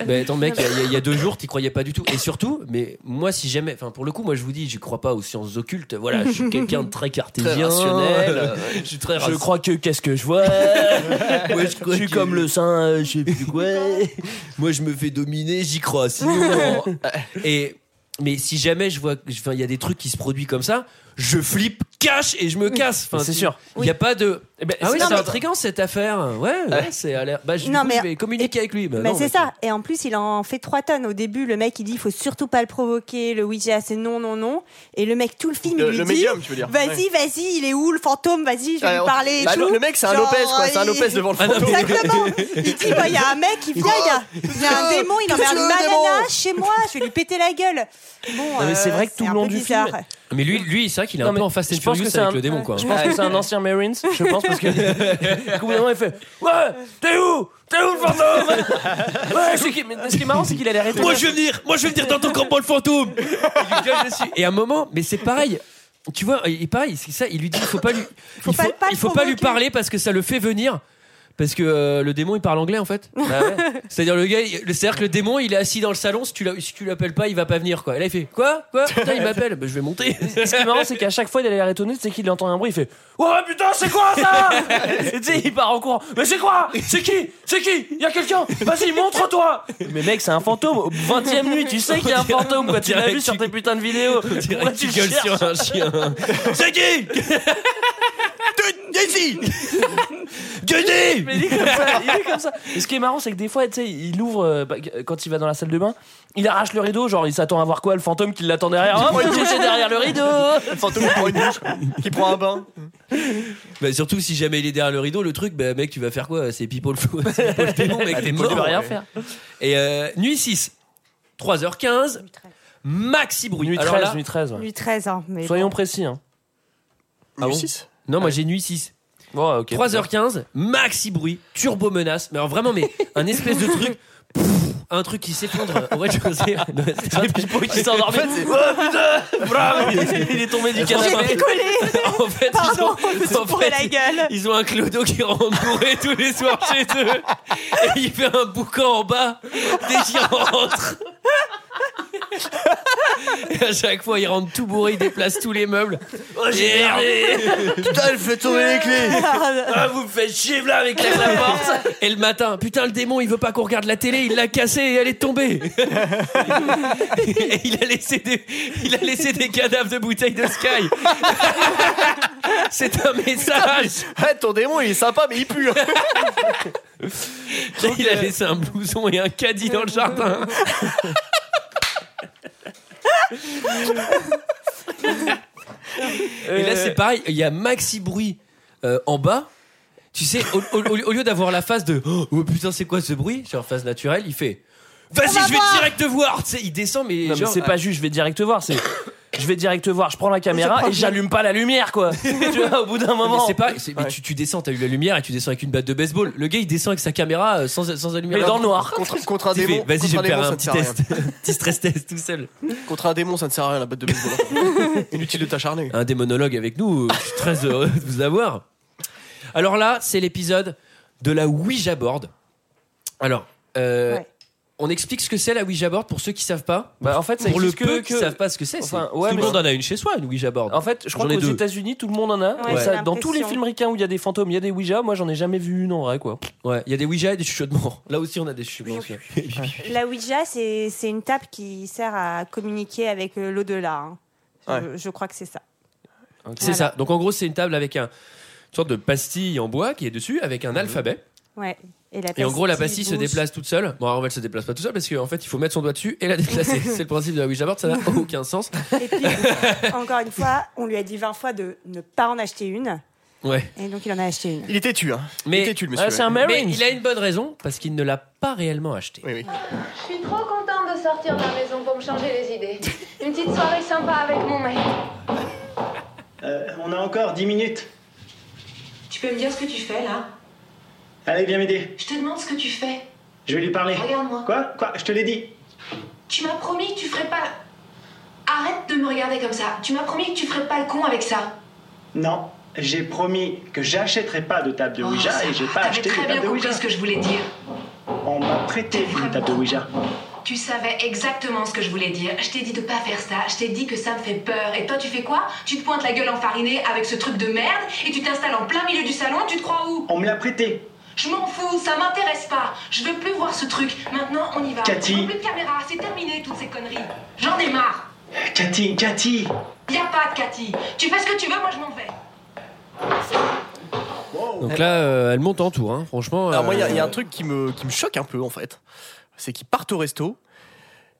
Speaker 2: mais attends mec, il y a- il y, a- il y a deux jours t'y croyais pas du tout. Et surtout, mais moi si jamais, enfin pour le coup moi je vous dis, je crois pas aux sciences occultes. Voilà, je suis quelqu'un de très cartésien,
Speaker 4: Très rationnel,
Speaker 2: euh,
Speaker 4: euh,
Speaker 2: je suis très
Speaker 5: Je crois que qu'est-ce que je vois
Speaker 2: Ouais, je
Speaker 5: Je
Speaker 2: crois
Speaker 5: suis
Speaker 2: que-
Speaker 5: comme le saint, euh, je sais plus quoi.
Speaker 2: moi je me fais dominer, j'y crois. sinon- et mais si jamais je vois, enfin il y a des trucs qui se produisent comme ça, je flippe, cache et je me casse. Enfin
Speaker 5: C'est
Speaker 2: tu-
Speaker 5: sûr.
Speaker 2: Il n'y a pas de. ah oui,
Speaker 3: non,
Speaker 2: c'est
Speaker 3: mais-
Speaker 2: intriguant cette affaire. Ouais, ouais, c'est à l'air. Bah, je, du
Speaker 3: Non,
Speaker 2: coup,
Speaker 3: mais-
Speaker 2: je vais communiquer avec
Speaker 5: Euh,
Speaker 2: lui. Bah,
Speaker 5: ben,
Speaker 3: Mais
Speaker 2: non,
Speaker 3: Ben, c'est
Speaker 2: mais-
Speaker 3: ça. Et en plus, il en fait 3 tonnes. Au début, le mec, il dit il faut surtout pas le provoquer. Le Ouija, c'est non, non, non. Et le mec, tout le film,
Speaker 4: Le,
Speaker 3: il lui
Speaker 4: le
Speaker 3: dit
Speaker 4: médium, tu veux dire. Ouais.
Speaker 3: Vas-y, vas-y, il est où le fantôme Vas-y, je vais
Speaker 4: Ah,
Speaker 3: lui parler. et
Speaker 4: bah,
Speaker 3: tout.
Speaker 4: le, le mec, c'est un
Speaker 3: Genre,
Speaker 4: Lopez, quoi. C'est un
Speaker 3: il-
Speaker 4: Lopez devant le
Speaker 2: Ah, non,
Speaker 4: fantôme.
Speaker 3: Exactement. Il dit bah, il y a un mec qui vient, il y a, il y a un démon, il emmerde une
Speaker 4: Monsieur le
Speaker 3: banana
Speaker 4: démon.
Speaker 3: chez moi, je vais lui péter la gueule. Bon,
Speaker 5: Non, mais c'est
Speaker 3: euh,
Speaker 5: vrai que tout le
Speaker 3: un
Speaker 5: long
Speaker 3: peu
Speaker 5: du
Speaker 3: bizarre.
Speaker 5: film-
Speaker 2: Mais lui, lui c'est vrai qu'il est
Speaker 5: Non,
Speaker 2: un peu
Speaker 5: mais
Speaker 2: en Fast and
Speaker 5: je pense que
Speaker 2: Furious
Speaker 5: c'est
Speaker 2: avec
Speaker 5: un-
Speaker 2: le démon, quoi.
Speaker 5: Je pense que c'est un ancien Marines, je pense, parce que. Au bout d'un moment, il fait Ouais, t'es où T'es où le fantôme Ouais, c'est qui- mais ce qui est marrant, c'est qu'il a l'air
Speaker 2: Moi, je vais venir. Moi, je vais venir dans ton campement le fantôme. Et, il gueule dessus. Et à un moment, mais c'est pareil. Tu vois, il pareil, c'est ça. Il lui dit, il faut pas lui,
Speaker 3: Faut
Speaker 2: il
Speaker 3: pas
Speaker 2: faut,
Speaker 3: le- pas le
Speaker 2: il faut pas lui
Speaker 3: provoquer.
Speaker 2: parler parce que ça le fait venir. Parce que euh, le démon il parle anglais en fait. Bah C'est-à-dire le gars, il- c'est-à-dire que le démon il est assis dans le salon. Si tu l'a- si tu l'appelles pas, il va pas venir quoi. Et là il fait quoi quoi Putain il m'appelle. Bah, je vais monter.
Speaker 5: Ce qui est marrant, c'est qu'à chaque fois, il a l'air étonné, c'est qu'il entend un bruit, il fait Ouais, putain, c'est quoi ça Et Tu sais, il part en courant Mais c'est quoi C'est qui C'est qui Il y a quelqu'un Vas-y, montre-toi Mais mec, c'est un fantôme. Au 20 e nuit, tu sais qu'il y a un fantôme, quoi. Tu l'as
Speaker 2: dirait
Speaker 5: vu
Speaker 2: que
Speaker 5: sur
Speaker 2: tu-
Speaker 5: tes putains de vidéos. Pourquoi
Speaker 2: tu
Speaker 5: tu le
Speaker 2: gueules
Speaker 5: cherches
Speaker 2: sur un chien. C'est qui
Speaker 4: Vas-y
Speaker 2: Gueulez
Speaker 5: Mais il est comme ça, il est comme ça. Et ce qui est marrant, c'est que des fois, tu sais, il ouvre, euh, bah, quand il va dans la salle de bain, il arrache le rideau, genre il s'attend à voir quoi, le fantôme qui l'attend derrière. Oh, moi, j'étais derrière le rideau
Speaker 4: Le fantôme qui prend une douche, qui prend un bain.
Speaker 2: Bah surtout si jamais il est derrière le rideau, le truc, bah mec, tu vas faire quoi C'est people flow, c'est people Ah, Pipo, mec, t'es
Speaker 5: Il peut
Speaker 2: mort.
Speaker 5: rien faire.
Speaker 2: Et euh, nuit 6, 3h15, maxi bruit.
Speaker 5: Nuit
Speaker 2: Alors
Speaker 5: 13,
Speaker 2: là-
Speaker 5: nuit 13. ouais.
Speaker 3: Lui, 13 ans. Mais
Speaker 5: Soyons
Speaker 3: bon.
Speaker 5: précis. Hein.
Speaker 2: Ah bon
Speaker 4: Lucis
Speaker 2: non, moi j'ai nuit 6.
Speaker 5: Bon, ok.
Speaker 2: 3h15, maxi bruit, turbo menace. Mais alors vraiment, mais un espèce de truc. pfff, un truc qui s'effondre au rez-de-chaussée. Non, c'est pas-
Speaker 5: Pipo qui s'endormait.
Speaker 4: En fait, c'est-
Speaker 2: Oh,
Speaker 5: Bravo, il est tombé du
Speaker 3: J'ai
Speaker 5: canapé.
Speaker 3: picolé.
Speaker 2: en fait, ils
Speaker 3: Pardon, je me
Speaker 2: ont,
Speaker 3: suis
Speaker 2: en
Speaker 3: bourré
Speaker 2: fait,
Speaker 3: la gueule.
Speaker 2: Ils ont un clodo qui rentre bourré tous les soirs chez eux. Et il fait un boucan en bas dès qu'il rentre. Et à chaque fois, il rentre tout bourré, il déplace tous les meubles. Oh, j'ai merdé
Speaker 4: Putain, elle fait tomber les clés
Speaker 2: Ah, vous me faites chier là avec la la porte Et le matin, putain, le démon, il veut pas qu'on regarde la télé, il l'a cassée et elle est tombée Et il a laissé des, il a laissé des cadavres de bouteilles de Sky C'est un message
Speaker 4: Ah, Ton démon, il est sympa, mais il pue hein.
Speaker 2: Il a laissé un blouson et un caddie dans le jardin. et là, c'est pareil. Il y a maxi bruit euh, en bas. Tu sais, au, au- au- au lieu d'avoir la phase de oh, oh, putain, c'est quoi ce bruit Sur phase naturelle, il fait vas-y, je vais direct te voir. Tu sais, il descend, mais,
Speaker 5: Non, mais
Speaker 2: genre, euh,
Speaker 5: c'est pas juste, je vais direct te voir. C'est. Je vais direct te voir, je prends la caméra et j'allume pas la lumière quoi. tu vois, au bout d'un
Speaker 2: mais
Speaker 5: moment.
Speaker 2: c'est pas. c'est- mais tu, tu descends, t'as eu la lumière et tu descends avec une batte de baseball. Le gars, il descend avec sa caméra euh, sans, sans allumer.
Speaker 5: Mais
Speaker 2: la
Speaker 5: dans le
Speaker 2: lampe.
Speaker 5: noir.
Speaker 4: Contre, contre un
Speaker 2: Il fait,
Speaker 4: démon,
Speaker 2: Vas-y,
Speaker 4: contre
Speaker 2: je
Speaker 4: un
Speaker 2: vais faire un
Speaker 4: démon, ça ne
Speaker 2: petit
Speaker 4: sert à rien.
Speaker 2: test, petit stress test tout seul.
Speaker 4: Contre un démon, ça ne sert à rien, la batte de baseball. Inutile de t'acharner.
Speaker 2: un démonologue avec nous. euh, Je suis très heureux de vous avoir. Alors là, c'est l'épisode de la Ouija board. Alors, euh,
Speaker 3: Ouais.
Speaker 2: on explique ce que c'est la Ouija board pour ceux qui savent pas.
Speaker 5: Bah, en fait, ça
Speaker 2: pour le
Speaker 5: existe
Speaker 2: peu
Speaker 5: que-
Speaker 2: qui
Speaker 5: que-
Speaker 2: savent pas ce que c'est. c'est-
Speaker 5: Enfin, ouais,
Speaker 2: tout le
Speaker 5: mais-
Speaker 2: monde en a une chez soi, une Ouija board.
Speaker 5: En fait, je crois
Speaker 2: J'en ai
Speaker 5: qu'aux
Speaker 2: deux.
Speaker 5: États-Unis, tout le monde en a.
Speaker 3: Ouais,
Speaker 5: Et
Speaker 3: j'ai
Speaker 5: ça, dans tous les
Speaker 3: l'impression.
Speaker 5: films ricains où il y a des fantômes, il y a des Ouija, moi j'en ai jamais vu une en vrai quoi.
Speaker 2: Ouais, il y a des Ouija et des chuchotements. Là aussi, on a des chuchotements. aussi.
Speaker 3: La Ouija, c'est c'est une table qui sert à communiquer avec euh, l'au-delà. hein. Je-
Speaker 4: Ouais.
Speaker 3: je crois que c'est ça.
Speaker 2: C'est ça. Donc en gros, c'est une table avec un une sorte de pastille en bois qui est dessus avec
Speaker 5: Mhm.
Speaker 2: un alphabet.
Speaker 3: Ouais. Et, la
Speaker 2: Et en gros, la pastille
Speaker 3: pastille
Speaker 2: se
Speaker 3: bouge.
Speaker 2: déplace toute seule. Bon, en fait, elle se déplace pas toute seule parce qu'en fait, il faut mettre son doigt dessus et la déplacer. c'est le principe de la Ouija board, ça n'a aucun sens.
Speaker 3: Et puis, encore une fois, on lui a dit 20 fois de ne pas en acheter une.
Speaker 2: Ouais.
Speaker 3: Et donc, il en a acheté une.
Speaker 4: Il est têtu, hein. Il
Speaker 2: Mais-
Speaker 4: est têtu, le
Speaker 5: Ah,
Speaker 4: monsieur.
Speaker 5: c'est un
Speaker 2: Mais
Speaker 5: Marine.
Speaker 2: il a une bonne raison parce qu'il ne l'a pas réellement acheté.
Speaker 4: Oui, oui.
Speaker 6: Je suis trop contente de sortir de la maison pour me changer les idées. Une petite soirée sympa avec mon mec.
Speaker 9: Euh, on a encore 10 minutes.
Speaker 6: Tu peux me dire ce que tu fais là
Speaker 9: Allez, viens m'aider.
Speaker 6: Je te demande ce que tu fais.
Speaker 9: Je vais lui parler.
Speaker 6: Regarde-moi.
Speaker 9: Quoi Quoi Je te l'ai dit.
Speaker 6: Tu m'as promis que tu ferais pas.
Speaker 11: Arrête de me regarder comme ça. Tu m'as promis que tu ferais pas le con avec ça.
Speaker 9: Non, j'ai promis que j'achèterai pas de table de
Speaker 11: Oh,
Speaker 9: Ouija
Speaker 11: ça
Speaker 9: et j'ai
Speaker 11: va,
Speaker 9: pas
Speaker 11: t'avais
Speaker 9: acheté de
Speaker 11: très
Speaker 9: table
Speaker 11: bien
Speaker 9: de
Speaker 11: compris
Speaker 9: Ouija.
Speaker 11: ce que je voulais dire.
Speaker 9: On m'a prêté une table de Ouija.
Speaker 11: Tu savais exactement ce que je voulais dire. Je t'ai dit de pas faire ça. Je t'ai dit que ça me fait peur. Et toi, tu fais quoi Tu te pointes la gueule enfarinée avec ce truc de merde et tu t'installes en plein milieu du salon. Tu te crois où
Speaker 9: On me l'a prêté.
Speaker 11: Je m'en fous, ça m'intéresse pas. Je veux plus voir ce truc. Maintenant, on y va.
Speaker 9: Cathy.
Speaker 11: Je veux plus de caméra. C'est terminé toutes ces conneries. J'en ai marre.
Speaker 9: Cathy, Cathy
Speaker 11: Y a pas de Cathy. Tu fais ce que tu veux, moi je m'en vais.
Speaker 2: Donc là, euh, elle monte en tout, hein. franchement.
Speaker 4: Alors moi, il y a-
Speaker 2: euh,
Speaker 4: il y, a un truc qui me, qui me choque un peu, en fait. C'est qu'ils partent au resto.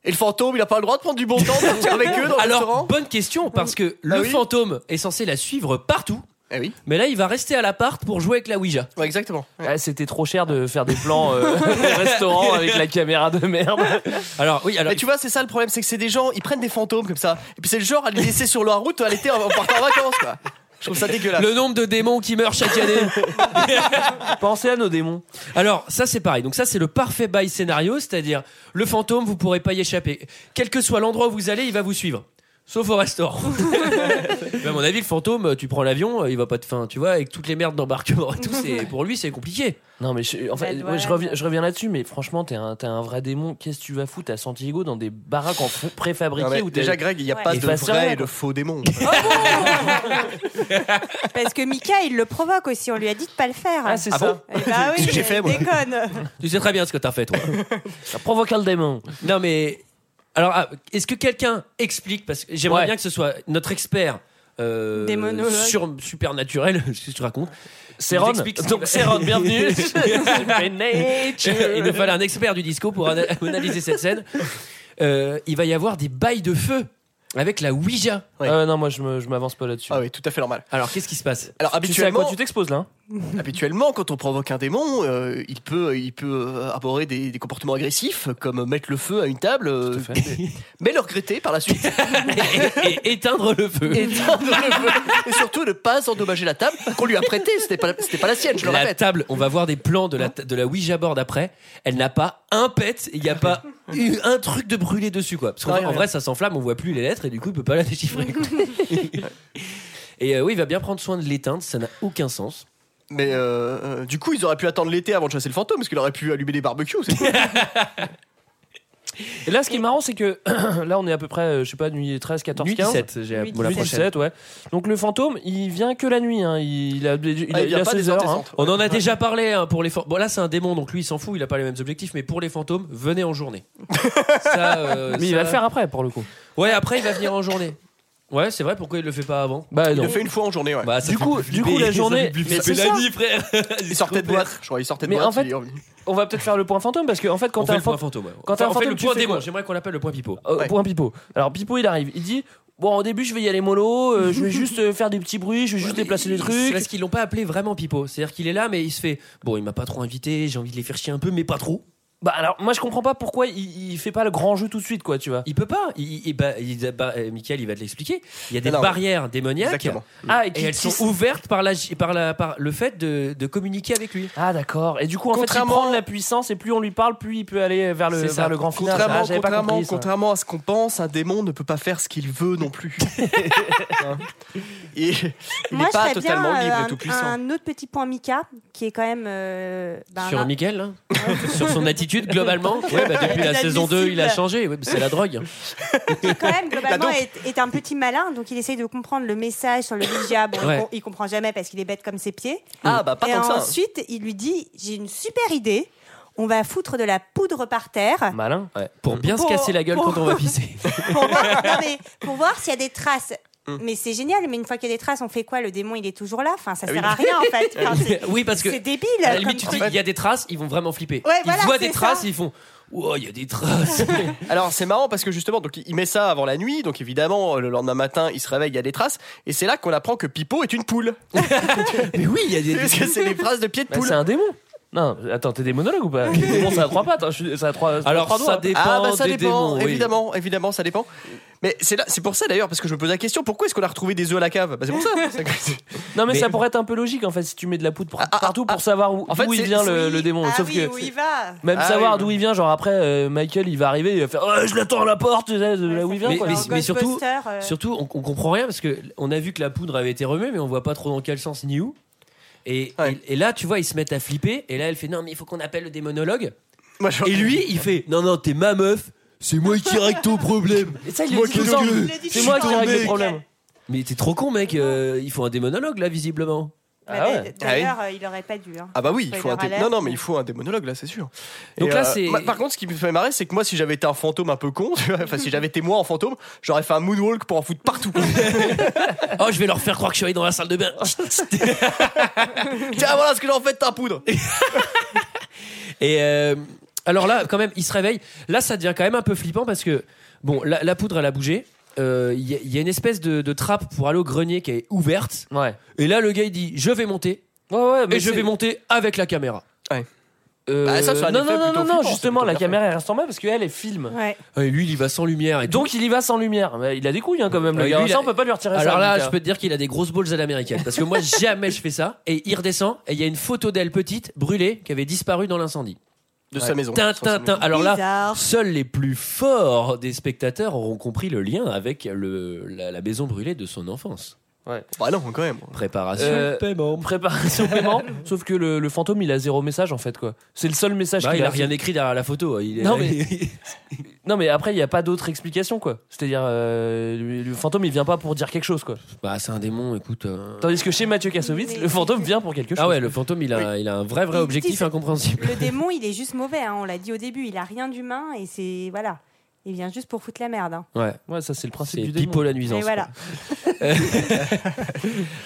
Speaker 4: Et le fantôme, il a pas le droit de prendre du bon temps, de sortir avec eux dans le
Speaker 2: Alors,
Speaker 4: restaurant.
Speaker 2: bonne question, parce que
Speaker 4: Ah
Speaker 2: le
Speaker 4: oui.
Speaker 2: fantôme est censé la suivre partout.
Speaker 4: Eh oui.
Speaker 2: Mais là, il va rester à l'appart pour jouer avec la Ouija.
Speaker 4: Ouais, exactement.
Speaker 5: Ah, C'était trop cher de faire des plans euh, au restaurant avec la caméra de merde.
Speaker 2: Alors, oui, alors.
Speaker 4: Mais tu vois, c'est ça le problème, c'est que c'est des gens, ils prennent des fantômes comme ça. Et puis c'est le genre à les laisser sur leur route à l'été en en partant en vacances, quoi. Je trouve ça dégueulasse.
Speaker 2: Le nombre de démons qui meurent chaque année.
Speaker 5: Pensez à nos démons.
Speaker 2: Alors, ça, c'est pareil. Donc, ça, c'est le parfait bail scénario, c'est-à-dire le fantôme, vous pourrez pas y échapper. Quel que soit l'endroit où vous allez, il va vous suivre. Sauf au restaurant. Mais à mon avis, le fantôme, tu prends l'avion, euh, il va pas de fin, tu vois, avec toutes les merdes d'embarquement et tout, c'est, pour lui, c'est compliqué.
Speaker 5: Non, mais je, en fait,
Speaker 11: Bah,
Speaker 5: moi, je
Speaker 11: voilà.
Speaker 5: reviens, je reviens là-dessus, mais franchement, t'es un, t'es un vrai démon. Qu'est-ce que tu vas foutre à Santiago dans des baraques en fond
Speaker 4: Non, mais
Speaker 5: préfabriquées où t'as-
Speaker 4: déjà, Greg, il n'y a
Speaker 3: Ouais.
Speaker 4: pas
Speaker 5: Et
Speaker 4: de
Speaker 5: pas sérieux,
Speaker 4: vrai et
Speaker 5: quoi.
Speaker 4: de faux démons.
Speaker 3: Parce que Mika, il le provoque aussi. On lui a dit de pas le faire.
Speaker 5: Ah, c'est
Speaker 2: Ah
Speaker 5: ça.
Speaker 2: bon
Speaker 3: Eh bah oui,
Speaker 4: Qu'est-ce que j'ai fait, moi
Speaker 3: déconne.
Speaker 2: Tu sais très bien ce que t'as fait, toi.
Speaker 5: ça provoque le démon.
Speaker 2: Non, mais. Alors, ah, est-ce que quelqu'un explique Parce que j'aimerais
Speaker 5: Ouais.
Speaker 2: bien que ce soit notre expert. euh,
Speaker 3: Démonologue.
Speaker 2: sur supernaturel, ce que tu racontes.
Speaker 5: C'est
Speaker 2: nous
Speaker 5: Ron.
Speaker 2: explique ce qui va-
Speaker 5: Donc, c'est Ron, bienvenue. C'est nature.
Speaker 2: Il nous fallait un expert du disco pour ana- analyser cette scène. Euh, il va y avoir des bails de feu avec la Ouija.
Speaker 4: Ouais.
Speaker 5: Euh, non, moi, je me- je m'avance pas là-dessus.
Speaker 4: Ah oui, tout à fait normal.
Speaker 2: Alors, qu'est-ce qui se passe
Speaker 4: Alors
Speaker 5: Tu sais à quoi
Speaker 4: habituellement,
Speaker 5: tu t'exposes là hein
Speaker 4: habituellement, quand on provoque un démon, euh, il peut, il peut euh, arborer des, des comportements agressifs, comme mettre le feu à une table, euh,
Speaker 5: Tout à fait.
Speaker 4: mais le regretter par la suite,
Speaker 2: et, et éteindre le feu.
Speaker 4: éteindre le feu, et surtout ne pas endommager la table qu'on lui a prêtée. C'était pas, c'était pas la sienne, je le
Speaker 2: la
Speaker 4: répète.
Speaker 2: table, on va voir des plans de la, ta- de la Ouija board après. Elle n'a pas un pet, il n'y a pas eu un truc de brûlé dessus quoi. Parce qu'en
Speaker 4: Ouais,
Speaker 2: en
Speaker 4: ouais.
Speaker 2: vrai, ça s'enflamme, on voit plus les lettres et du coup, il peut pas la déchiffrer. quoi. et euh, oui, il va bien prendre soin de l'éteindre, ça n'a aucun sens.
Speaker 4: Mais euh, euh, du coup, ils auraient pu attendre l'été avant de chasser le fantôme, parce qu'il aurait pu allumer des barbecues. c'est tout.
Speaker 5: Et là, ce qui est marrant, c'est que
Speaker 2: Ah,
Speaker 5: là, on est à peu près, euh, je sais pas, nuit 13, 14,
Speaker 2: Nuit
Speaker 5: 15.
Speaker 2: 17, j'ai
Speaker 3: Nuit
Speaker 2: bon, la
Speaker 5: Nuit
Speaker 2: prochaine.
Speaker 5: 17, ouais. Donc, le fantôme, il vient que la nuit. hein. Il, il a, il,
Speaker 4: Ah,
Speaker 5: a-
Speaker 4: il
Speaker 5: il
Speaker 4: vient
Speaker 5: a
Speaker 4: pas des
Speaker 5: 16 heures. hein.
Speaker 4: heures
Speaker 2: On en a déjà parlé hein, pour les fan- Bon là c'est un démon donc lui il s'en fout, il a pas les mêmes objectifs mais pour les fantômes, venez en journée. Ça, euh,
Speaker 5: Mais il
Speaker 2: ça-
Speaker 5: va le faire après, pour le coup.
Speaker 2: Ouais, après il va venir en journée. Ouais, c'est vrai pourquoi il le fait pas avant
Speaker 5: Bah,
Speaker 4: Il
Speaker 5: non.
Speaker 4: le fait une fois en journée, ouais.
Speaker 2: Bah, ça
Speaker 5: Du
Speaker 2: fait
Speaker 5: coup-
Speaker 2: plus
Speaker 5: du coup,
Speaker 2: flipper.
Speaker 5: la journée-
Speaker 2: Ça fait plus
Speaker 5: mais
Speaker 2: flipper.
Speaker 5: c'est
Speaker 2: la
Speaker 5: ça.
Speaker 2: nuit, frère.
Speaker 4: Il sortait de boîte, je crois, il sortait de
Speaker 5: Mais
Speaker 4: boîte.
Speaker 5: en fait,
Speaker 4: il est-
Speaker 5: On va peut-être faire le point fantôme, parce que, en fait, quand
Speaker 2: on
Speaker 5: t'as
Speaker 2: fait
Speaker 5: un
Speaker 2: le point
Speaker 5: fantôme.
Speaker 2: fantôme. ouais.
Speaker 5: quand t'as un
Speaker 2: Enfin, on fait
Speaker 5: fantôme,
Speaker 2: le
Speaker 5: tu
Speaker 2: point
Speaker 5: fais
Speaker 2: démon.
Speaker 5: quoi
Speaker 2: J'aimerais qu'on l'appelle le point pipo.
Speaker 5: Euh,
Speaker 4: Ouais.
Speaker 5: Point Pipo. Alors Pipo, il arrive. Il dit Bon, au début, je vais y aller mollo. euh, je vais juste euh, faire des petits bruits. Je vais juste déplacer des
Speaker 2: C'est
Speaker 5: trucs.
Speaker 2: parce qu'ils l'ont pas appelé vraiment Pipo. C'est-à-dire qu'il est là, mais il se fait bon, il m'a pas trop invité. J'ai envie de les faire chier un peu, mais pas trop.
Speaker 5: Bah, alors, moi, je comprends pas pourquoi il, il fait pas le grand jeu tout de suite, quoi, tu vois.
Speaker 2: Il peut pas. Il, il- bah, il- bah, euh, Michael, il va te l'expliquer. Il y a des
Speaker 4: Alors,
Speaker 2: barrières démoniaques
Speaker 4: Exactement.
Speaker 5: Ah,
Speaker 2: et
Speaker 5: qui-
Speaker 2: elles
Speaker 5: qui-
Speaker 2: sont ouvertes par la par la par le fait de, de communiquer avec lui.
Speaker 5: Ah, d'accord. Et du coup, en fait, il
Speaker 4: Contrairement-
Speaker 5: prend de la puissance et plus on lui parle, plus il peut aller vers le,
Speaker 2: C'est ça.
Speaker 5: vers le grand final.
Speaker 4: Contrairement,
Speaker 5: Ah, j'avais pas
Speaker 4: contrairement-
Speaker 5: compris ça.
Speaker 4: contrairement à ce qu'on pense, un démon ne peut pas faire ce qu'il veut non plus. Hein. Et il
Speaker 3: Moi,
Speaker 4: n'est
Speaker 3: je
Speaker 4: pas
Speaker 3: ferais
Speaker 4: totalement
Speaker 3: bien
Speaker 4: libre
Speaker 3: euh,
Speaker 4: et tout puissant.
Speaker 3: un, un autre petit point Mika, qui est quand même. euh, bah,
Speaker 2: sur
Speaker 3: un-
Speaker 2: Michael, hein. sur son attitude globalement. Ouais, bah, depuis la
Speaker 3: Inadmissible.
Speaker 2: saison 2, il a changé. Ouais, bah, c'est la drogue.
Speaker 3: qui quand même globalement
Speaker 4: La danse.
Speaker 3: est, est un petit malin, donc il essaye de comprendre le message sur le Ouija. Bon, il
Speaker 2: Ouais.
Speaker 3: com- il comprend jamais parce qu'il est bête comme ses pieds.
Speaker 4: Ah bah pas
Speaker 3: et
Speaker 4: tant que ça.
Speaker 3: ensuite, il lui dit J'ai une super idée, on va foutre de la poudre par terre
Speaker 5: Malin.
Speaker 2: Pour bien
Speaker 3: Pour-
Speaker 2: se casser la gueule
Speaker 3: pour-
Speaker 2: quand on va pisser.
Speaker 3: pour voir, non, mais pour voir s'il y a des traces.
Speaker 4: Hum.
Speaker 3: Mais c'est génial, mais une fois qu'il y a des traces, on fait quoi Le démon, il est toujours là. Enfin,
Speaker 4: Ah
Speaker 3: ça sert à rien en fait. Enfin, Ah, c'est-
Speaker 2: oui, parce que
Speaker 3: c'est débile.
Speaker 2: à la
Speaker 3: comme
Speaker 2: limite, tu dis,
Speaker 3: truc.
Speaker 2: il y a des traces, ils vont vraiment flipper.
Speaker 3: Ouais,
Speaker 2: ils
Speaker 3: voilà,
Speaker 2: voient des
Speaker 3: c'est
Speaker 2: traces,
Speaker 3: ça.
Speaker 2: ils font Oh, il y a des traces.
Speaker 4: Alors c'est marrant parce que justement, donc il met ça avant la nuit, donc évidemment le lendemain matin il se réveille, il y a des traces, et c'est là qu'on apprend que Pipo est une poule.
Speaker 2: Mais oui, il y a des.
Speaker 4: Parce que c'est des traces de pieds de
Speaker 5: Bah,
Speaker 4: poule.
Speaker 5: c'est un démon. Non, attends, t'es des monologues ou pas Bon, c'est à trois pattes, hein, je suis- c'est à trois. c'est à trois doigts. hein.
Speaker 4: Ah, bah, ça dépend, évidemment, évidemment, ça dépend. Mais c'est là- c'est pour ça d'ailleurs, parce que je me pose la question, pourquoi est-ce qu'on a retrouvé des œufs à la cave Bah, C'est pour ça.
Speaker 5: Non, mais, ça pourrait être un peu logique en fait si tu mets de la poudre par- partout pour savoir où,
Speaker 4: Ah, en fait,
Speaker 5: d'où il
Speaker 4: c'est-
Speaker 5: vient le,
Speaker 4: oui.
Speaker 5: le démon.
Speaker 4: Ah
Speaker 5: Sauf
Speaker 4: oui,
Speaker 5: que
Speaker 4: où
Speaker 3: il va
Speaker 5: Même
Speaker 4: Ah
Speaker 5: savoir
Speaker 4: oui,
Speaker 5: d'où il vient, genre après euh, Michael il va arriver, il va faire Ouais, je l'attends à la porte, tu sais, de là où il vient.
Speaker 2: mais,
Speaker 5: quoi.
Speaker 2: mais- mais surtout,
Speaker 3: euh,
Speaker 2: surtout on, on comprend rien parce que on a vu que la poudre avait été remuée, mais on voit pas trop dans quel sens ni où. Et, et- et là, tu vois, ils se mettent à flipper. Et là, elle fait non, mais il faut qu'on appelle le démonologue. et lui, il fait non, non, t'es ma meuf, c'est moi qui règle ton problème.
Speaker 5: Et ça, il le
Speaker 2: Moi
Speaker 5: dit
Speaker 2: qui
Speaker 5: tout le temps.
Speaker 2: gueule.
Speaker 5: C'est
Speaker 2: Je suis
Speaker 5: moi qui
Speaker 2: ton
Speaker 5: règle le
Speaker 2: mec.
Speaker 5: problème.
Speaker 2: Mais t'es trop con, mec. euh, il faut un démonologue là, visiblement.
Speaker 3: Bah,
Speaker 2: Ah
Speaker 3: D'ailleurs, euh, il aurait pas dû. hein.
Speaker 4: Ah bah oui, il faut un
Speaker 3: Spoiler
Speaker 4: dé- non
Speaker 3: alert.
Speaker 4: non mais il faut un démonologue là, c'est sûr.
Speaker 2: Donc là, c'est-
Speaker 4: moi, par contre, ce qui me fait marrer, c'est que moi, si j'avais été un fantôme un peu con, tu vois, enfin si j'avais été moi en fantôme, j'aurais fait un moonwalk pour en foutre partout.
Speaker 2: oh, je vais leur faire croire que je suis allé dans la salle de bain.
Speaker 4: Tiens, voilà ce que j'ai en fait, ta poudre.
Speaker 2: Et euh, alors là, quand même, il se réveille. Là, ça devient quand même un peu flippant parce que, bon, la, la poudre, elle a bougé. Euh, Il y, a- il y a une espèce de, de trappe pour aller au grenier qui est ouverte. Et là, le gars, il dit Je vais monter.
Speaker 5: mais
Speaker 2: et je
Speaker 5: c'est-
Speaker 2: vais monter avec la caméra.
Speaker 5: Euh,
Speaker 2: Bah, ça, c'est un
Speaker 5: non,
Speaker 2: effet
Speaker 5: non, non,
Speaker 2: plutôt
Speaker 5: non,
Speaker 2: flippant,
Speaker 5: justement,
Speaker 2: c'est
Speaker 5: la
Speaker 2: plutôt
Speaker 5: caméra elle reste en bas parce qu'elle est
Speaker 4: Ah
Speaker 5: film.
Speaker 2: Et lui, il y va sans lumière. Et
Speaker 5: Donc il y va sans lumière. Mais il a des couilles hein, quand même,
Speaker 2: Euh,
Speaker 5: le
Speaker 2: lui,
Speaker 5: gars.
Speaker 2: il
Speaker 5: Ça,
Speaker 2: a-
Speaker 5: on peut pas lui retirer ça.
Speaker 2: Alors là,
Speaker 5: Lucas.
Speaker 2: je peux te dire qu'il a des grosses balls à l'américaine. Parce que moi, jamais je fais ça. Et il redescend. Et il y a une photo d'elle petite, brûlée, qui avait disparu dans l'incendie.
Speaker 4: De sa maison.
Speaker 2: Tin,
Speaker 4: Sur sa
Speaker 2: tin, tin.
Speaker 4: maison.
Speaker 2: Alors là,
Speaker 4: Bizarre.
Speaker 2: seuls les plus forts des spectateurs auront compris le lien avec le, la, la maison brûlée de son enfance.
Speaker 5: Ouais.
Speaker 4: Bah non, quand même.
Speaker 2: Préparation. Bah,
Speaker 5: Euh, Préparation paiement. Sauf que le, le fantôme, il a zéro message en fait quoi. C'est le seul message
Speaker 2: Bah,
Speaker 5: qu'il
Speaker 2: il a rien écrit derrière la photo. hein. Il est-
Speaker 5: Non mais, non mais après il n'y a pas d'autre explication quoi. C'est-à-dire euh, le, le fantôme il vient pas pour dire quelque chose quoi.
Speaker 2: Bah c'est un démon, écoute. euh.
Speaker 5: Tandis que chez Mathieu Kassovitz, le fantôme vient pour quelque chose.
Speaker 2: Ah ouais, le fantôme, il a, il a un vrai, vrai
Speaker 5: Il
Speaker 2: objectif
Speaker 5: dit-
Speaker 2: incompréhensible.
Speaker 3: Le démon, il est juste mauvais, hein, on l'a dit au début. Il a rien d'humain et c'est. Voilà. Il vient juste pour foutre la merde. hein.
Speaker 2: Ouais.
Speaker 5: ouais, ça c'est le principe
Speaker 2: C'est
Speaker 5: du démon.
Speaker 2: Pipo la
Speaker 3: Et
Speaker 2: nuisance.
Speaker 3: voilà.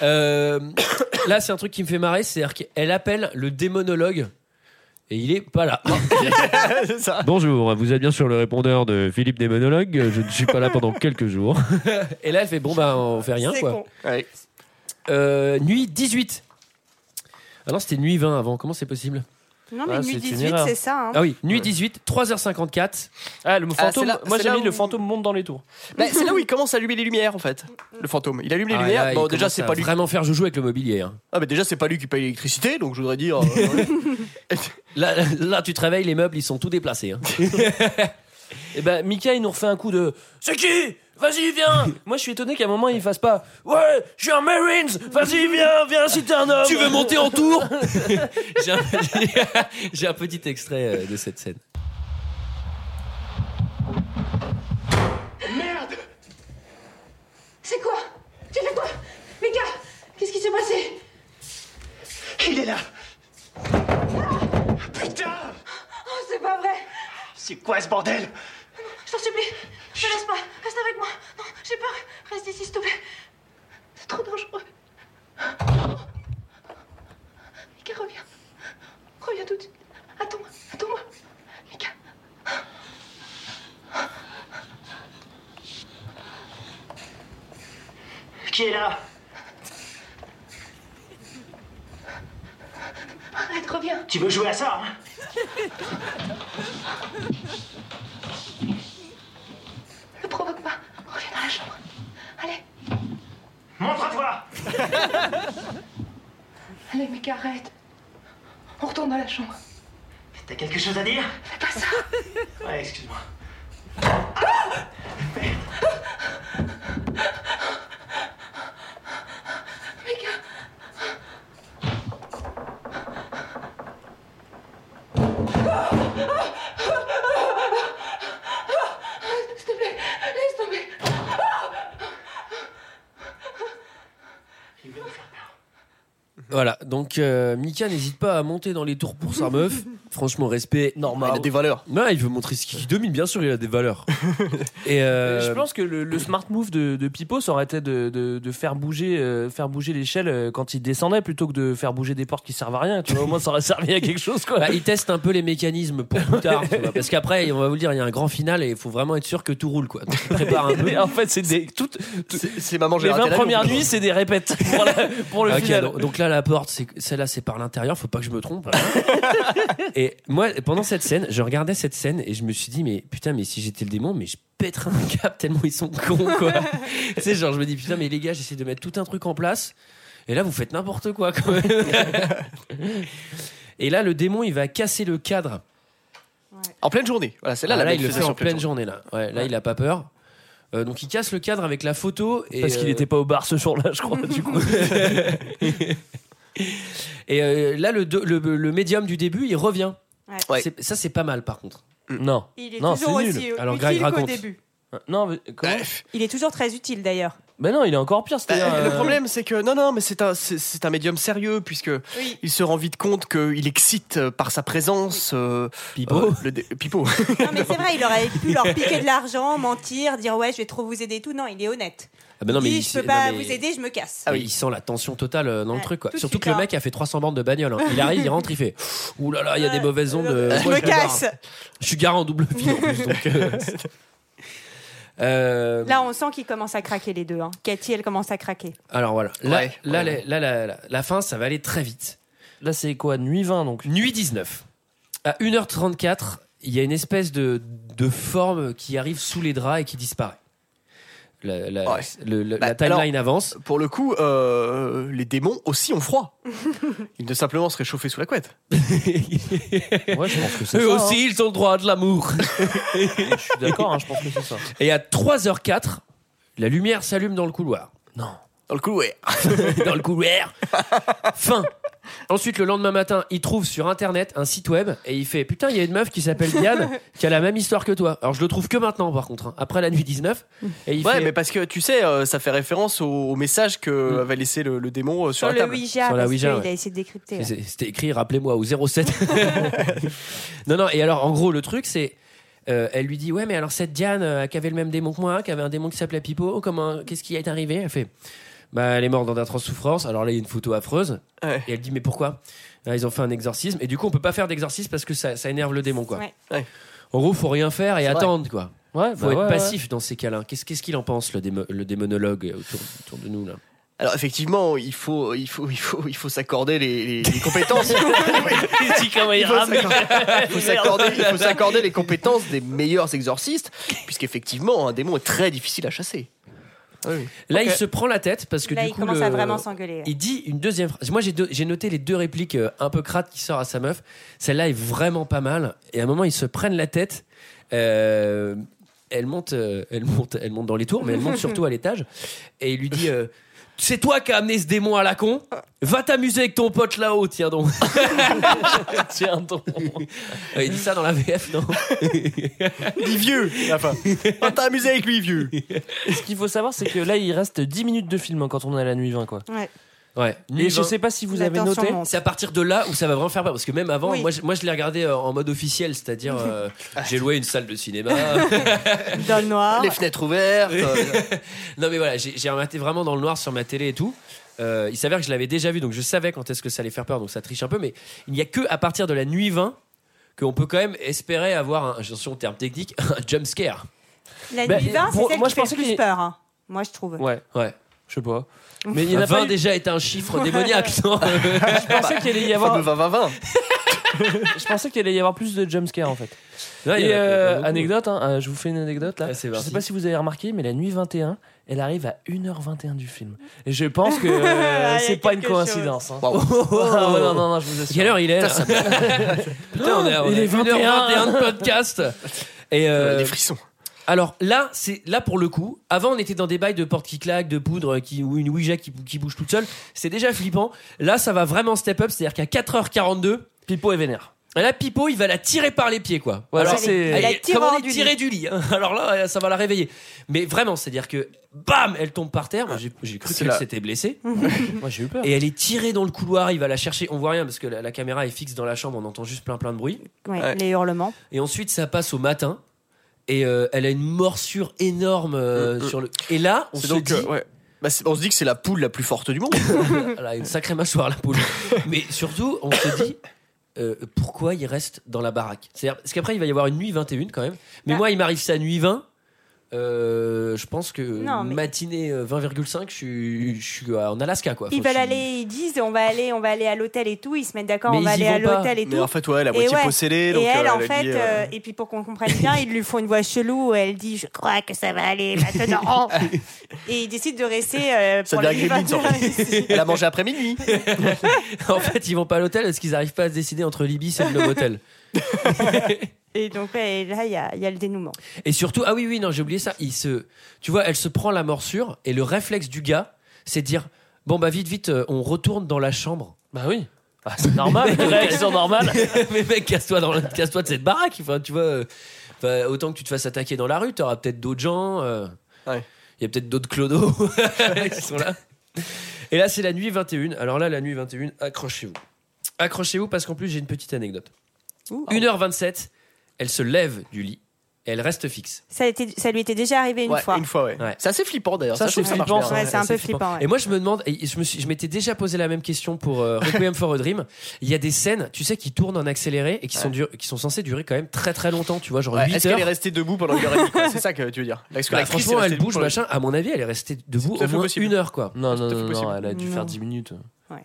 Speaker 2: Euh, là, c'est un truc qui me fait marrer, c'est-à-dire qu'elle appelle le démonologue et il est pas là. Bonjour, vous êtes bien sur le répondeur de Philippe Démonologue. euh, Je ne suis pas là pendant quelques jours. et là, elle fait bon, bah on fait rien
Speaker 4: C'est
Speaker 2: quoi.
Speaker 4: con. Ouais.
Speaker 2: Euh, nuit 18. Ah non, c'était nuit 20 avant. Comment c'est possible
Speaker 3: Non, mais nuit 18, c'est ça. hein.
Speaker 2: Ah oui, nuit 18, 3h54.
Speaker 5: Ah, le
Speaker 4: Ah, c'est
Speaker 5: fantôme.
Speaker 4: là-
Speaker 5: moi
Speaker 4: c'est
Speaker 5: j'ai
Speaker 4: là
Speaker 5: mis
Speaker 4: où-
Speaker 5: le fantôme monte dans les tours.
Speaker 4: Bah, c'est là où il commence à allumer les lumières en fait. Le fantôme, il allume les
Speaker 2: Ah,
Speaker 4: lumières.
Speaker 2: là, il
Speaker 4: bon, déjà
Speaker 2: commence
Speaker 4: c'est
Speaker 2: à
Speaker 4: pas lui.
Speaker 2: vraiment faire joujou avec le mobilier. hein.
Speaker 4: Ah mais déjà c'est pas lui qui paye l'électricité, donc je voudrais dire. euh,
Speaker 2: Là, là, tu te réveilles, les meubles, ils sont tout déplacés. hein.
Speaker 5: Et ben Mika il nous refait un coup de C'est qui Vas-y viens Moi je suis étonné qu'à un moment il fasse pas Ouais, je suis un Marines Vas-y viens, viens si t'es un homme
Speaker 2: Tu veux monter en tour J'ai un, j'ai un petit extrait euh, de cette scène.
Speaker 11: Merde C'est quoi Tu fais quoi Mais gars, qu'est-ce qui s'est passé
Speaker 10: Il est là
Speaker 11: Putain Oh, c'est pas vrai
Speaker 10: C'est quoi ce bordel
Speaker 11: Je t'en supplie, ne me laisse pas, reste avec moi Non, j'ai peur, reste ici s'il te plaît C'est trop dangereux Mika, reviens Reviens tout de suite Attends-moi, attends-moi Mika
Speaker 10: Qui est là
Speaker 11: Arrête, reviens
Speaker 10: Tu veux jouer à ça hein
Speaker 11: Ne provoque pas Reviens dans la chambre Allez
Speaker 10: Montre-toi
Speaker 11: Allez, Mika, arrête On retourne dans la chambre
Speaker 10: T'as quelque chose à dire
Speaker 11: Fais pas ça
Speaker 10: Ouais, excuse-moi.
Speaker 11: Mika S'il te plaît, laisse tomber
Speaker 2: Voilà, donc euh, Mika n'hésite pas à monter dans les tours pour sa meuf. Franchement, respect. Normal.
Speaker 4: Il a des valeurs.
Speaker 2: Non, il veut montrer ce qu'il domine, bien sûr, il a des valeurs. Et euh,
Speaker 5: Je pense que le, le smart move de, de Pipo, ça aurait été de, de- de faire bouger, euh, faire bouger l'échelle euh, quand il descendait plutôt que de faire bouger des portes qui servent à rien. Tu vois, au moins ça aurait servi à quelque chose. Quoi.
Speaker 2: Bah, il teste un peu les mécanismes pour plus tard, tu vois, parce qu'après, on va vous le dire, il y a un grand final et il faut vraiment être sûr que tout roule, quoi. Donc, il prépare un peu.
Speaker 5: en fait, c'est des toutes.
Speaker 4: C'est maman, j'ai
Speaker 5: les
Speaker 4: raté
Speaker 5: 20
Speaker 4: l'avion.
Speaker 5: premières nuits, c'est des répètes pour, la- pour le
Speaker 2: Ok,
Speaker 5: final.
Speaker 2: donc, donc là, la porte, c'est- celle-là, c'est par l'intérieur, faut pas que je me trompe. hein. et moi, pendant cette scène, je regardais cette scène et je me suis dit, mais putain, mais si j'étais le démon, mais je pèterais un câble tellement ils sont cons, quoi. tu sais, genre, je me dis, putain, mais les gars, j'essaie de mettre tout un truc en place et là, vous faites n'importe quoi, quand même. et là, le démon, il va casser le cadre.
Speaker 4: euh, En pleine journée. Voilà, c'est là
Speaker 2: Ah,
Speaker 4: la
Speaker 2: là,
Speaker 4: belle
Speaker 2: il le fait
Speaker 4: faisait
Speaker 2: en
Speaker 4: sur
Speaker 2: pleine journée, là. Ouais, là, il a pas peur. Euh, donc, il casse le cadre avec la photo. Et,
Speaker 5: Parce qu'il
Speaker 2: euh,
Speaker 5: n'était pas au bar ce jour-là, je crois, du coup.
Speaker 2: Et euh, là, le, do- le, le médium du début, il revient.
Speaker 3: Ouais.
Speaker 4: Ouais.
Speaker 2: C'est- Ça, c'est pas mal, par contre.
Speaker 5: Non.
Speaker 3: Il est
Speaker 5: Non,
Speaker 3: toujours
Speaker 5: c'est nul.
Speaker 3: aussi
Speaker 2: Alors, Greg
Speaker 3: utile qu'au
Speaker 2: raconte.
Speaker 3: début.
Speaker 5: Non, mais comment
Speaker 4: Bref.
Speaker 3: Il est toujours très utile d'ailleurs.
Speaker 5: Ben non, il est encore pire.
Speaker 4: Bah,
Speaker 5: C'est-à-dire,
Speaker 4: Le
Speaker 5: euh,
Speaker 4: problème, c'est que non, non, mais c'est un, c'est- c'est un médium sérieux puisque
Speaker 3: Oui.
Speaker 4: il se rend vite compte qu'il excite euh, par sa présence. euh,
Speaker 2: Pipo.
Speaker 4: euh, le dé- Pipo.
Speaker 3: Non, mais c'est vrai, il aurait pu leur piquer de l'argent, mentir, dire ouais, je vais trop vous aider et tout. Non, il est honnête.
Speaker 2: Ah ben non,
Speaker 3: il dit,
Speaker 2: il-
Speaker 3: je peux
Speaker 2: non,
Speaker 3: pas
Speaker 2: mais-
Speaker 3: vous aider, je me casse.
Speaker 4: Ah oui.
Speaker 2: mais Il sent la tension totale euh, dans le
Speaker 3: Ouais,
Speaker 2: truc. Quoi.
Speaker 3: tout de
Speaker 2: Surtout
Speaker 3: suite,
Speaker 2: que le
Speaker 3: hein.
Speaker 2: mec a fait 300 bandes de bagnole. hein. Il arrive, il rentre, il fait Ouh là là, Ah, il y a des mauvaises ondes. euh,
Speaker 3: je
Speaker 2: moi,
Speaker 3: me
Speaker 2: barre.
Speaker 3: casse.
Speaker 2: Je suis garant en double fil en plus. donc, euh, euh,
Speaker 3: Là, on sent qu'ils commencent à craquer les deux. hein. Cathy, elle commence à craquer.
Speaker 2: alors voilà, là,
Speaker 4: Ouais,
Speaker 2: là,
Speaker 4: ouais.
Speaker 2: La, la- la- la- la fin, ça va aller très vite.
Speaker 5: Là, c'est quoi Nuit 20, donc.
Speaker 2: Nuit 19. À 1h34, il y a une espèce de, de forme qui arrive sous les draps et qui disparaît. La, la-
Speaker 4: Ouais.
Speaker 2: le- le-
Speaker 4: Bah,
Speaker 2: la timeline avance.
Speaker 4: Pour le coup, euh, les démons aussi ont froid. Ils ne simplement se réchauffer sous la couette.
Speaker 5: Ouais, je pense que c'est ça.
Speaker 2: Eux aussi, ils ont le droit à de l'amour.
Speaker 5: hein. Je suis d'accord, hein, je pense que c'est ça.
Speaker 2: Et à 3h04, la lumière s'allume dans le couloir.
Speaker 5: Non.
Speaker 4: Dans le coup, ouais.
Speaker 2: dans le couloir. fin. Ensuite, le lendemain matin, il trouve sur internet un site web et il fait Putain, il y a une meuf qui s'appelle Diane qui a la même histoire que toi. Alors, je le trouve que maintenant, par contre, hein, après la nuit 19. Et il
Speaker 4: ouais,
Speaker 2: fait
Speaker 4: mais parce que tu sais, euh, ça fait référence au, au message que
Speaker 2: Mm.
Speaker 4: avait laissé le, le démon euh,
Speaker 3: Sur
Speaker 4: sur, la
Speaker 3: Oh, le
Speaker 4: table.
Speaker 3: Ouija,
Speaker 2: Sur la
Speaker 3: parce
Speaker 2: Ouija,
Speaker 3: qu'il
Speaker 2: ouais.
Speaker 3: a essayé de décrypter. ouais.
Speaker 2: C'est- C'était écrit, rappelez-moi, au 07. non, non, et alors en gros, le truc, c'est. euh, elle lui dit Ouais, mais alors cette Diane euh, qui avait le même démon que moi, qui avait un démon qui s'appelait Pipo, comment, qu'est-ce qui est arrivé Elle fait Bah, elle est morte dans d'atroces souffrances. Alors là, il y a une photo affreuse.
Speaker 4: Ouais.
Speaker 2: Et elle dit Mais pourquoi Ah, Ils ont fait un exorcisme. Et du coup, on peut pas faire d'exorcisme parce que ça, ça énerve le démon, quoi.
Speaker 3: Ouais.
Speaker 4: Ouais.
Speaker 2: En gros, faut rien faire et
Speaker 4: C'est vrai.
Speaker 2: attendre, quoi.
Speaker 5: Ouais,
Speaker 2: Faut
Speaker 5: bah
Speaker 2: être
Speaker 5: ouais, ouais.
Speaker 2: passif dans ces cas-là. Qu'est-ce qu'est-ce qu'il en pense, le, démo- le démonologue euh, autour, autour de nous, là
Speaker 4: Alors effectivement, il faut, il faut, il faut, il faut s'accorder les, les- les compétences.
Speaker 5: Il dit
Speaker 2: hein,
Speaker 5: comment il
Speaker 4: Il faut
Speaker 5: rame.
Speaker 4: s'accorder- il faut s'accorder il faut s'accorder les compétences des meilleurs exorcistes, puisqu'effectivement, un démon est très difficile à chasser.
Speaker 2: Là, il se prend la tête parce que
Speaker 3: Là,
Speaker 2: du
Speaker 3: il
Speaker 2: coup.
Speaker 3: commence
Speaker 2: le-
Speaker 3: à vraiment s'engueuler.
Speaker 2: Il dit une deuxième phrase. Moi, j'ai deux- j'ai noté les deux répliques euh, un peu crates qui sort à sa meuf. Celle-là est vraiment pas mal. Et à un moment, ils se prennent la tête. Euh, elle monte, euh, elle monte, elle monte dans les tours, mais elle monte surtout à l'étage. Et il lui dit. euh, c'est toi qui as amené ce démon à la con. Va t'amuser avec ton pote là-haut, tiens donc.
Speaker 5: Tiens, ton.
Speaker 2: Euh, Il dit ça dans la VF, non
Speaker 4: Dis vieux, à la fin. Ah, T'as amusé avec lui, vieux.
Speaker 5: Ce qu'il faut savoir, c'est que là, il reste 10 minutes de film hein, quand on est à la nuit 20, quoi.
Speaker 3: Ouais.
Speaker 2: Ouais.
Speaker 5: Et je sais pas si vous
Speaker 3: La
Speaker 5: avez
Speaker 3: tension
Speaker 5: noté.
Speaker 3: monte.
Speaker 2: C'est à partir de là où ça va vraiment faire peur. Parce que même avant,
Speaker 3: Oui.
Speaker 2: moi, je, moi, je l'ai regardé euh, en mode officiel, c'est-à-dire euh, j'ai loué une salle de cinéma.
Speaker 3: Dans le noir.
Speaker 4: Les fenêtres ouvertes. euh,
Speaker 2: non, mais voilà, j'ai j'ai rematé vraiment dans le noir sur ma télé et tout. Euh, il s'avère que je l'avais déjà vu, donc je savais quand est-ce que ça allait faire peur, donc ça triche un peu. Mais il n'y a que à partir de la nuit 20 qu'on peut quand même espérer avoir, un, attention, terme technique, un jump scare.
Speaker 3: La
Speaker 5: Bah,
Speaker 3: nuit 20, c'est
Speaker 5: pour-
Speaker 3: celle
Speaker 5: moi,
Speaker 3: qui
Speaker 5: je
Speaker 3: fait
Speaker 5: pensais
Speaker 3: le plus
Speaker 5: qu'il-
Speaker 3: peur. hein. Moi, je trouve.
Speaker 5: Ouais,
Speaker 2: Ouais.
Speaker 5: je sais pas.
Speaker 2: Mais il y en a 20 déjà est un chiffre démoniaque, non
Speaker 5: Je pensais qu'il allait y
Speaker 4: fameux
Speaker 5: avoir.
Speaker 4: 20-20-20.
Speaker 5: Je pensais qu'il allait y avoir plus de jumpscares en fait.
Speaker 2: Non, il y en a- il y
Speaker 5: Et
Speaker 2: en a
Speaker 5: euh,
Speaker 2: beaucoup.
Speaker 5: anecdote, hein, euh, je vous fais une anecdote là.
Speaker 2: Ah, c'est
Speaker 5: je
Speaker 2: parti.
Speaker 5: sais pas si vous avez remarqué, mais la nuit 21, elle arrive à 1h21 du film. Et je pense que euh,
Speaker 3: Ah, il y a
Speaker 5: c'est pas une
Speaker 3: quelque
Speaker 5: coïncidence. hein.
Speaker 4: Wow.
Speaker 5: Ah, ouais, non, non, non, je vous assure.
Speaker 2: Quelle heure il est là
Speaker 4: ça
Speaker 2: Putain, on est, on
Speaker 5: Il
Speaker 2: est
Speaker 5: est 21.
Speaker 2: 1h21 de podcast. Et euh,
Speaker 4: Des frissons.
Speaker 2: alors là, c'est là pour le coup. Avant, on était dans des bails de porte qui claque, de poudre, qui, ou une Ouija qui, qui bouge toute seule. C'est déjà flippant. Là, ça va vraiment step up. C'est-à-dire qu'à 4h42,
Speaker 5: Pipo est vénère.
Speaker 2: Et là, Pipo, il va la tirer par les pieds, quoi.
Speaker 5: Ouais,
Speaker 2: Alors,
Speaker 5: ça, Ah, c'est-
Speaker 2: elle-
Speaker 5: La
Speaker 2: comme
Speaker 5: tirer
Speaker 2: on
Speaker 5: hors
Speaker 2: dit,
Speaker 5: du
Speaker 2: tirer
Speaker 5: lit.
Speaker 2: du lit. hein. Alors là, ça va la réveiller. Mais vraiment, c'est-à-dire que, bam, elle tombe par terre. Moi, j'ai j'ai cru
Speaker 5: C'est
Speaker 2: qu'elle
Speaker 5: la-
Speaker 2: s'était blessée.
Speaker 5: Moi, j'ai eu peur.
Speaker 2: Et elle est tirée dans le couloir. Il va la chercher. On voit rien parce que la, la caméra est fixe dans la chambre. On entend juste plein, plein de bruit.
Speaker 3: Ouais, Les hurlements.
Speaker 2: Et ensuite, ça passe au matin. Et euh, elle a une morsure énorme euh,
Speaker 4: Mm, mm.
Speaker 2: sur le. Et là, on
Speaker 4: C'est
Speaker 2: se
Speaker 4: donc,
Speaker 2: dit.
Speaker 4: euh, ouais. Bah, c'est- on se dit que c'est la poule la plus forte du monde.
Speaker 2: Elle a une sacrée mâchoire, la poule. Mais surtout, on se dit. euh, pourquoi il reste dans la baraque C'est-à-dire- Parce qu'après, il va y avoir une nuit 21 quand même.
Speaker 3: Bah.
Speaker 2: Mais moi, il m'arrive ça nuit 20. euh, je pense que
Speaker 3: Non, mais-
Speaker 2: matinée euh, 20,5, je suis, je suis euh, en Alaska. Quoi.
Speaker 3: Ils
Speaker 2: Enfin,
Speaker 3: veulent
Speaker 2: je suis-
Speaker 3: aller, ils disent on va aller, on va aller à l'hôtel et tout, ils se mettent d'accord,
Speaker 2: Mais
Speaker 3: on va
Speaker 2: ils y
Speaker 3: aller à
Speaker 2: vont pas.
Speaker 3: l'hôtel et tout.
Speaker 4: Mais en fait, ouais, elle a
Speaker 3: Et
Speaker 4: moitié
Speaker 3: ouais.
Speaker 4: possédée, donc,
Speaker 3: et elle,
Speaker 4: euh,
Speaker 3: en
Speaker 4: elle a
Speaker 3: fait,
Speaker 4: dit,
Speaker 3: euh,
Speaker 4: euh,
Speaker 3: et puis pour qu'on comprenne bien, ils lui font une voix chelou où elle dit je crois que ça va aller maintenant. et ils décident de rester euh,
Speaker 2: Ça
Speaker 3: pour
Speaker 2: devient
Speaker 3: la
Speaker 2: Gremlins, en fait.
Speaker 4: Elle a mangé après midi.
Speaker 2: en fait, ils vont pas à l'hôtel parce qu'ils n'arrivent pas à se décider entre l'Ibis et le Novotel.
Speaker 3: Et donc ouais, et là, il y, a- il y a le dénouement.
Speaker 2: Et surtout, ah oui, oui, non, j'ai oublié ça. Il se, tu vois, elle se prend la morsure et le réflexe du gars, c'est de dire Bon, bah, vite, vite, euh, on retourne dans la chambre. Bah oui. c'est
Speaker 5: normal, les réactions
Speaker 2: normales. Mais mec, casse-toi dans la- casse-toi de cette baraque. Enfin, tu vois, euh, enfin, autant que tu te fasses attaquer dans la rue, t'auras peut-être d'autres gens. euh, Il y a peut-être d'autres clodos qui sont là. Et là, c'est la nuit 21. Alors là, la nuit 21, accrochez-vous. Accrochez-vous parce qu'en plus, j'ai une petite anecdote. 1h27, elle se lève du lit et elle reste fixe.
Speaker 3: Ça, a été- ça lui était déjà arrivé une
Speaker 2: Ouais,
Speaker 3: fois.
Speaker 2: une fois, ouais. C'est assez flippant d'ailleurs.
Speaker 3: Ça, je trouve que ça marche bien. Ouais, c'est un peu flippant, ouais.
Speaker 2: Et moi, je me demande, et je me suis- je m'étais déjà posé la même question pour euh, Requiem for a Dream. Il y a des scènes, tu sais, qui tournent en accéléré et qui sont dur- qui sont censées durer quand même très très longtemps. Tu vois, genre
Speaker 4: Ouais,
Speaker 2: 8
Speaker 4: Est-ce
Speaker 2: heures.
Speaker 4: qu'elle est restée debout pendant une heure et demie quoi C'est ça que tu veux dire. Parce que
Speaker 2: Bah,
Speaker 4: l'actrice
Speaker 2: franchement,
Speaker 4: est
Speaker 2: elle
Speaker 4: restée
Speaker 2: bouge,
Speaker 4: debout.
Speaker 2: machin. À mon avis, elle est restée debout
Speaker 4: tout à
Speaker 2: au
Speaker 4: fait
Speaker 2: moins
Speaker 4: possible.
Speaker 2: une heure, quoi. C'est
Speaker 5: Non, non,
Speaker 2: tout à fait
Speaker 5: non,
Speaker 2: possible.
Speaker 5: non, elle a dû
Speaker 2: Non.
Speaker 5: faire 10 minutes.
Speaker 3: Ouais.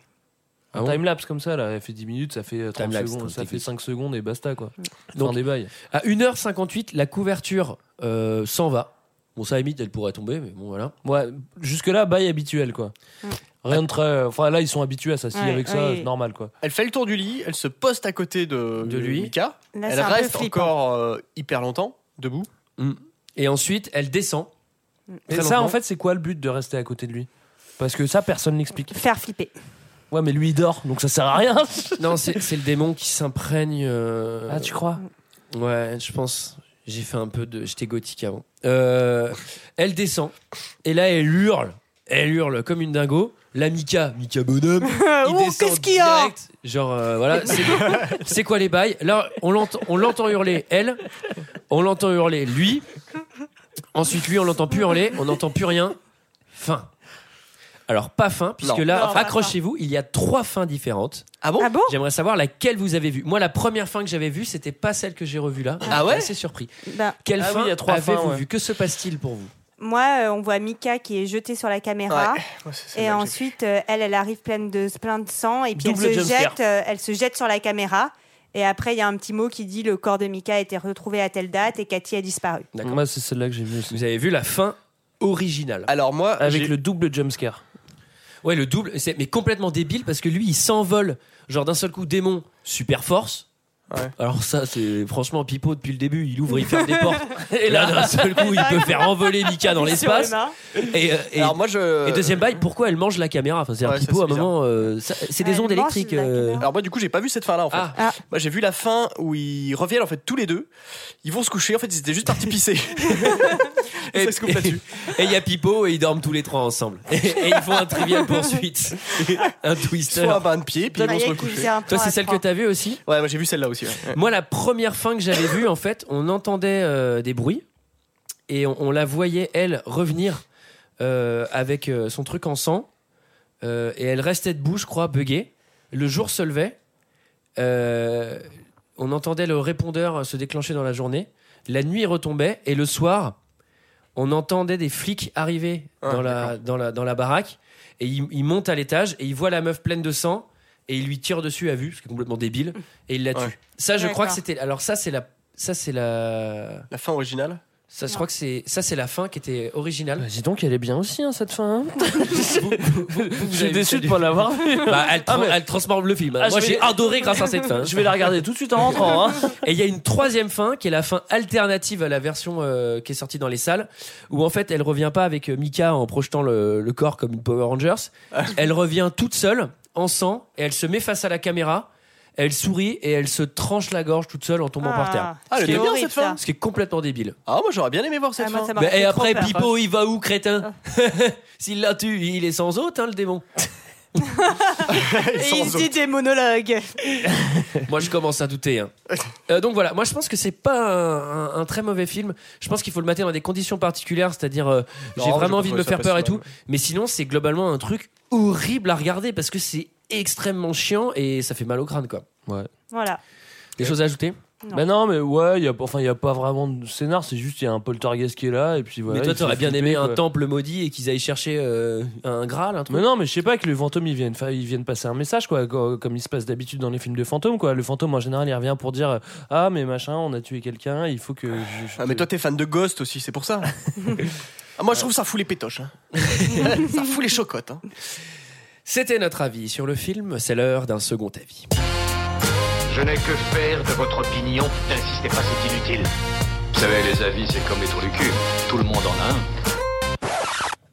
Speaker 2: Ah
Speaker 5: un
Speaker 2: bon
Speaker 5: timelapse comme ça, là, elle fait 10 minutes, ça fait euh, 30
Speaker 2: Timelapse,
Speaker 5: secondes,
Speaker 2: comme
Speaker 5: ça fait
Speaker 2: technique.
Speaker 5: 5 secondes et basta quoi.
Speaker 2: Donc,
Speaker 5: Fin des bails.
Speaker 2: À 1h58, la couverture euh, s'en va. Bon, ça, à la limite, elle pourrait tomber, mais bon, voilà.
Speaker 5: Ouais, jusque-là, bail habituel quoi.
Speaker 3: Mm.
Speaker 5: Rien de très. Enfin là, ils sont habitués à ça, si
Speaker 4: Ouais,
Speaker 5: avec ça,
Speaker 4: oui.
Speaker 5: c'est normal quoi.
Speaker 4: Elle fait le tour du lit, elle se poste à côté de,
Speaker 5: De lui.
Speaker 4: Mika.
Speaker 5: Là,
Speaker 4: elle
Speaker 5: c'est un peu
Speaker 4: reste
Speaker 5: flippant.
Speaker 4: encore euh, hyper longtemps debout.
Speaker 2: Et ensuite, elle descend.
Speaker 5: Et ça, en fait, c'est quoi le but de rester à côté de lui Parce que ça, personne n'explique.
Speaker 3: Faire flipper.
Speaker 5: Ouais, mais lui, il dort, donc ça sert à rien.
Speaker 2: non, c'est c'est le démon qui s'imprègne. euh,
Speaker 5: Ah, tu crois
Speaker 2: Ouais, je pense. J'ai fait un peu de. J'étais gothique avant. Euh, elle descend. Et là, elle hurle. Elle hurle comme une dingo. La Mika, Mika Bonhomme. il descend
Speaker 3: Ouh, Euh, oh, qu'est-ce qu'il y a
Speaker 2: direct. Genre, euh, voilà. c'est- C'est quoi les bails Là, on l'entend on l'entend hurler, elle. On l'entend hurler, lui. Ensuite, lui, on l'entend plus hurler. On n'entend plus rien. Fin. Alors, pas fin, puisque
Speaker 5: Non.
Speaker 2: là,
Speaker 5: Non, pas
Speaker 2: accrochez-vous, il y a trois fins différentes.
Speaker 4: Ah bon,
Speaker 2: J'aimerais savoir laquelle vous avez vue. Moi, la première fin que j'avais vue, c'était pas celle que j'ai revue là.
Speaker 3: Ah ouais
Speaker 2: J'étais assez surpris. Quelle
Speaker 3: Ah oui,
Speaker 2: fin
Speaker 3: il y a trois
Speaker 2: avez-vous
Speaker 3: fins, ouais.
Speaker 2: vue Que se passe-t-il pour vous
Speaker 3: Moi, euh, on voit Mika qui est jetée sur la caméra.
Speaker 2: Ouais. Ouais, c'est celle-là
Speaker 3: et
Speaker 2: que j'ai
Speaker 3: ensuite, euh, elle, elle arrive pleine de, plein de sang. Et puis,
Speaker 2: Double
Speaker 3: elle se,
Speaker 2: jumpscare.
Speaker 3: jette, euh, elle se jette sur la caméra. Et après, il y a un petit mot qui dit le corps de Mika a été retrouvé à telle date et Cathy a disparu.
Speaker 5: Moi, c'est celle-là que j'ai vue aussi.
Speaker 2: Vous avez vu la fin originale.
Speaker 4: Alors moi,
Speaker 5: avec le double jumpscare.
Speaker 2: Ouais, le double, c'est mais complètement débile parce que lui, il s'envole. Genre d'un seul coup, démon, super force. Alors ça, c'est franchement Pipo depuis le début, il ouvre, il ferme des portes. Et là, d'un seul coup, il peut faire envoler Mika dans
Speaker 4: Sur
Speaker 2: l'espace.
Speaker 4: Emma.
Speaker 2: Et, euh, et-
Speaker 4: Alors moi, je-
Speaker 2: et deuxième bail, pourquoi elle mange la caméra Enfin, c'est
Speaker 4: Ouais,
Speaker 2: un
Speaker 4: ça,
Speaker 2: Pipo
Speaker 4: c'est
Speaker 2: à un moment, euh, ça- c'est des
Speaker 4: Ouais,
Speaker 2: ondes
Speaker 4: elle mange
Speaker 2: électriques.
Speaker 4: la
Speaker 2: euh,
Speaker 4: Alors moi du coup j'ai pas vu cette fin là en fait.
Speaker 5: Ah.
Speaker 4: Moi j'ai vu la fin où ils reviennent en fait tous les deux. Ils vont se coucher en fait ils étaient juste partis pisser.
Speaker 2: Et et il y a Pipo et ils dorment tous les trois ensemble. Et, et ils font un trivial poursuite. un twister.
Speaker 4: Soit un bain de pied puis ils vont se recoucher.
Speaker 2: Toi, c'est celle que t'as vue aussi
Speaker 4: Ouais moi j'ai vu celle-là aussi. ouais. Ouais.
Speaker 2: Moi, la première fin que j'avais vue, en fait, on entendait euh, des bruits et on, on la voyait, elle, revenir euh, avec euh, son truc en sang. Euh, et elle restait debout, je crois, buggée. Le jour se levait. Euh, on entendait le répondeur se déclencher dans la journée. La nuit retombait et le soir, on entendait des flics arriver dans, la, dans, la, dans la baraque et ils, ils montent à l'étage et ils voient la meuf pleine de sang et ils lui tirent dessus à vue, ce qui est complètement débile, et ils la tuent.
Speaker 4: Ouais.
Speaker 2: Ça, je crois
Speaker 4: D'accord.
Speaker 2: que c'était. Alors ça, c'est la. Ça, c'est la.
Speaker 4: La fin originale.
Speaker 2: Ça, je crois que c'est. Ça, c'est la fin qui était originale.
Speaker 5: Bah, Dis donc, elle est bien aussi, hein, cette fin. hein. Je suis
Speaker 2: avez vu
Speaker 5: déçu
Speaker 2: celle
Speaker 5: de
Speaker 2: du-
Speaker 5: pas l'avoir vue.
Speaker 2: Bah, elle, tra-
Speaker 5: Ah, mais-
Speaker 2: elle transforme le film.
Speaker 5: Ah, je
Speaker 2: Moi,
Speaker 5: vais-
Speaker 2: j'ai adoré grâce à cette fin.
Speaker 5: Je vais la regarder tout de suite en rentrant, hein.
Speaker 2: Et il y a une troisième fin qui est la fin alternative à la version euh, qui est sortie dans les salles, où en fait elle revient pas avec euh, Mika en projetant le, le corps comme une Power Rangers. Elle revient toute seule, en sang, et elle se met face à la caméra. Elle sourit et elle se tranche la gorge toute seule en tombant
Speaker 4: Ah.
Speaker 2: par terre.
Speaker 4: Ah, elle
Speaker 2: Ce qui
Speaker 4: est
Speaker 2: est-
Speaker 4: bien, cette fin.
Speaker 2: Ce qui est complètement débile.
Speaker 4: Ah, moi j'aurais bien aimé voir cette
Speaker 2: Ah,
Speaker 4: fin.
Speaker 2: moi, ça m'a Bah, fait et trop Ah. après, peur. Pipo, il va où, crétin S'il la tue, il est sans hôte, hein, le démon.
Speaker 3: Et il se dit des monologues.
Speaker 2: Moi, je commence à douter. hein. Euh, donc voilà, moi je pense que c'est pas un, un- un très mauvais film. Je pense qu'il faut le mater dans des conditions particulières, c'est-à-dire euh, j'ai
Speaker 5: Non, j'ai
Speaker 2: vraiment
Speaker 5: pas
Speaker 2: envie de
Speaker 5: trouvé
Speaker 2: me
Speaker 5: ça
Speaker 2: faire peur et
Speaker 5: passionnant,
Speaker 2: tout. Mais sinon, c'est globalement un truc horrible à regarder parce que c'est extrêmement chiant et ça fait mal au crâne, quoi.
Speaker 5: Ouais.
Speaker 3: Voilà.
Speaker 2: Des choses à ajouter
Speaker 3: Non.
Speaker 5: Bah non, mais ouais, y a, enfin, il n'y a pas vraiment de scénar, c'est juste il y a un poltergeist qui est là, et puis voilà.
Speaker 2: mais toi,
Speaker 5: il se
Speaker 2: t'aurais
Speaker 5: fait
Speaker 2: bien
Speaker 5: flipper,
Speaker 2: aimé un
Speaker 5: quoi.
Speaker 2: temple maudit et qu'ils aillent chercher euh, un graal, un truc.
Speaker 5: Mais non, mais je sais pas que le fantôme, ils viennent, fa- ils viennent passer un message, quoi, co- comme il se passe d'habitude dans les films de fantômes, quoi. Le fantôme, en général, il revient pour dire euh, Ah, mais machin, on a tué quelqu'un, il faut que. je- je
Speaker 4: Ah, mais
Speaker 5: te-
Speaker 4: toi, t'es fan de Ghost aussi, c'est pour ça. Ah, moi, je trouve ça fout les pétoches. hein. ça fout les chocottes. hein.
Speaker 2: C'était notre avis sur le film. C'est l'heure d'un second avis.
Speaker 12: Je n'ai que faire de votre opinion. N'insistez pas, c'est inutile. Vous savez, les avis, c'est comme les trous du cul. Tout le monde en a un.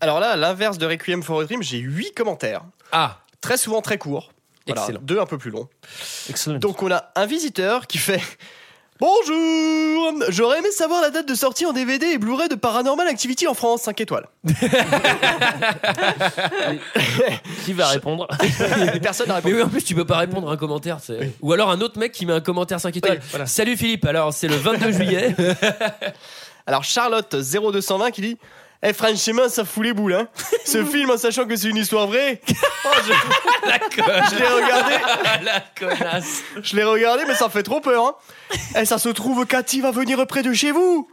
Speaker 4: Alors là, à l'inverse de Requiem for a Dream, j'ai 8 commentaires.
Speaker 2: Ah
Speaker 4: Très souvent très courts. Voilà,
Speaker 5: Excellent.
Speaker 4: Deux un peu plus longs. Donc on a un visiteur qui fait Bonjour J'aurais aimé savoir la date de sortie en DVD et Blu-ray de Paranormal Activity en France, 5 étoiles.
Speaker 5: Qui va répondre
Speaker 4: Personne n'a
Speaker 2: Mais oui, en plus, tu peux pas répondre à un commentaire. c'est- Ou alors un autre mec qui met un commentaire 5 étoiles. Salut Philippe, alors c'est le 22 juillet.
Speaker 4: Alors Charlotte 0220 qui dit Eh franchement ça fout les boules hein Ce film en sachant que c'est une histoire vraie Oh, je... je l'ai regardé
Speaker 2: La connasse
Speaker 4: Je l'ai regardé mais ça fait trop peur hein Eh ça se trouve Cathy va venir près de chez vous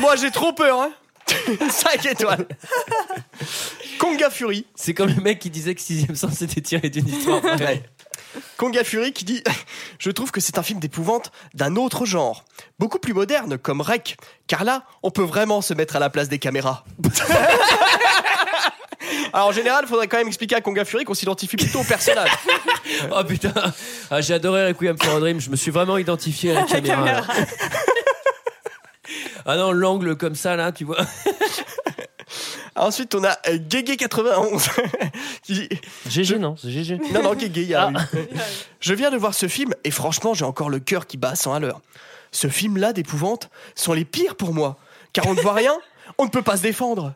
Speaker 4: Moi j'ai trop peur hein 5 étoiles Conga Fury
Speaker 2: C'est comme le mec qui disait que 6ème sens c'était tiré d'une histoire.
Speaker 4: Ouais. Konga Fury qui dit Je trouve que c'est un film d'épouvante d'un autre genre, beaucoup plus moderne comme Rec, car là, on peut vraiment se mettre à la place des caméras. Alors en général, faudrait quand même expliquer à Konga Fury qu'on s'identifie plutôt au personnage.
Speaker 2: oh putain, Ah, j'ai adoré Requiem for a Dream. Je me suis vraiment identifié à la caméra. là. ah non, l'angle comme ça là, tu vois.
Speaker 4: Ensuite, on a Gégé91 qui dit
Speaker 5: GG, non, c'est GG.
Speaker 4: Non, non, Guégué, il y
Speaker 2: Ah.
Speaker 4: a un U. Je viens de voir ce film et franchement, j'ai encore le cœur qui bat à 100 à l'heure. Ce film-là d'épouvante sont les pires pour moi, car on ne voit rien, on ne peut pas se défendre.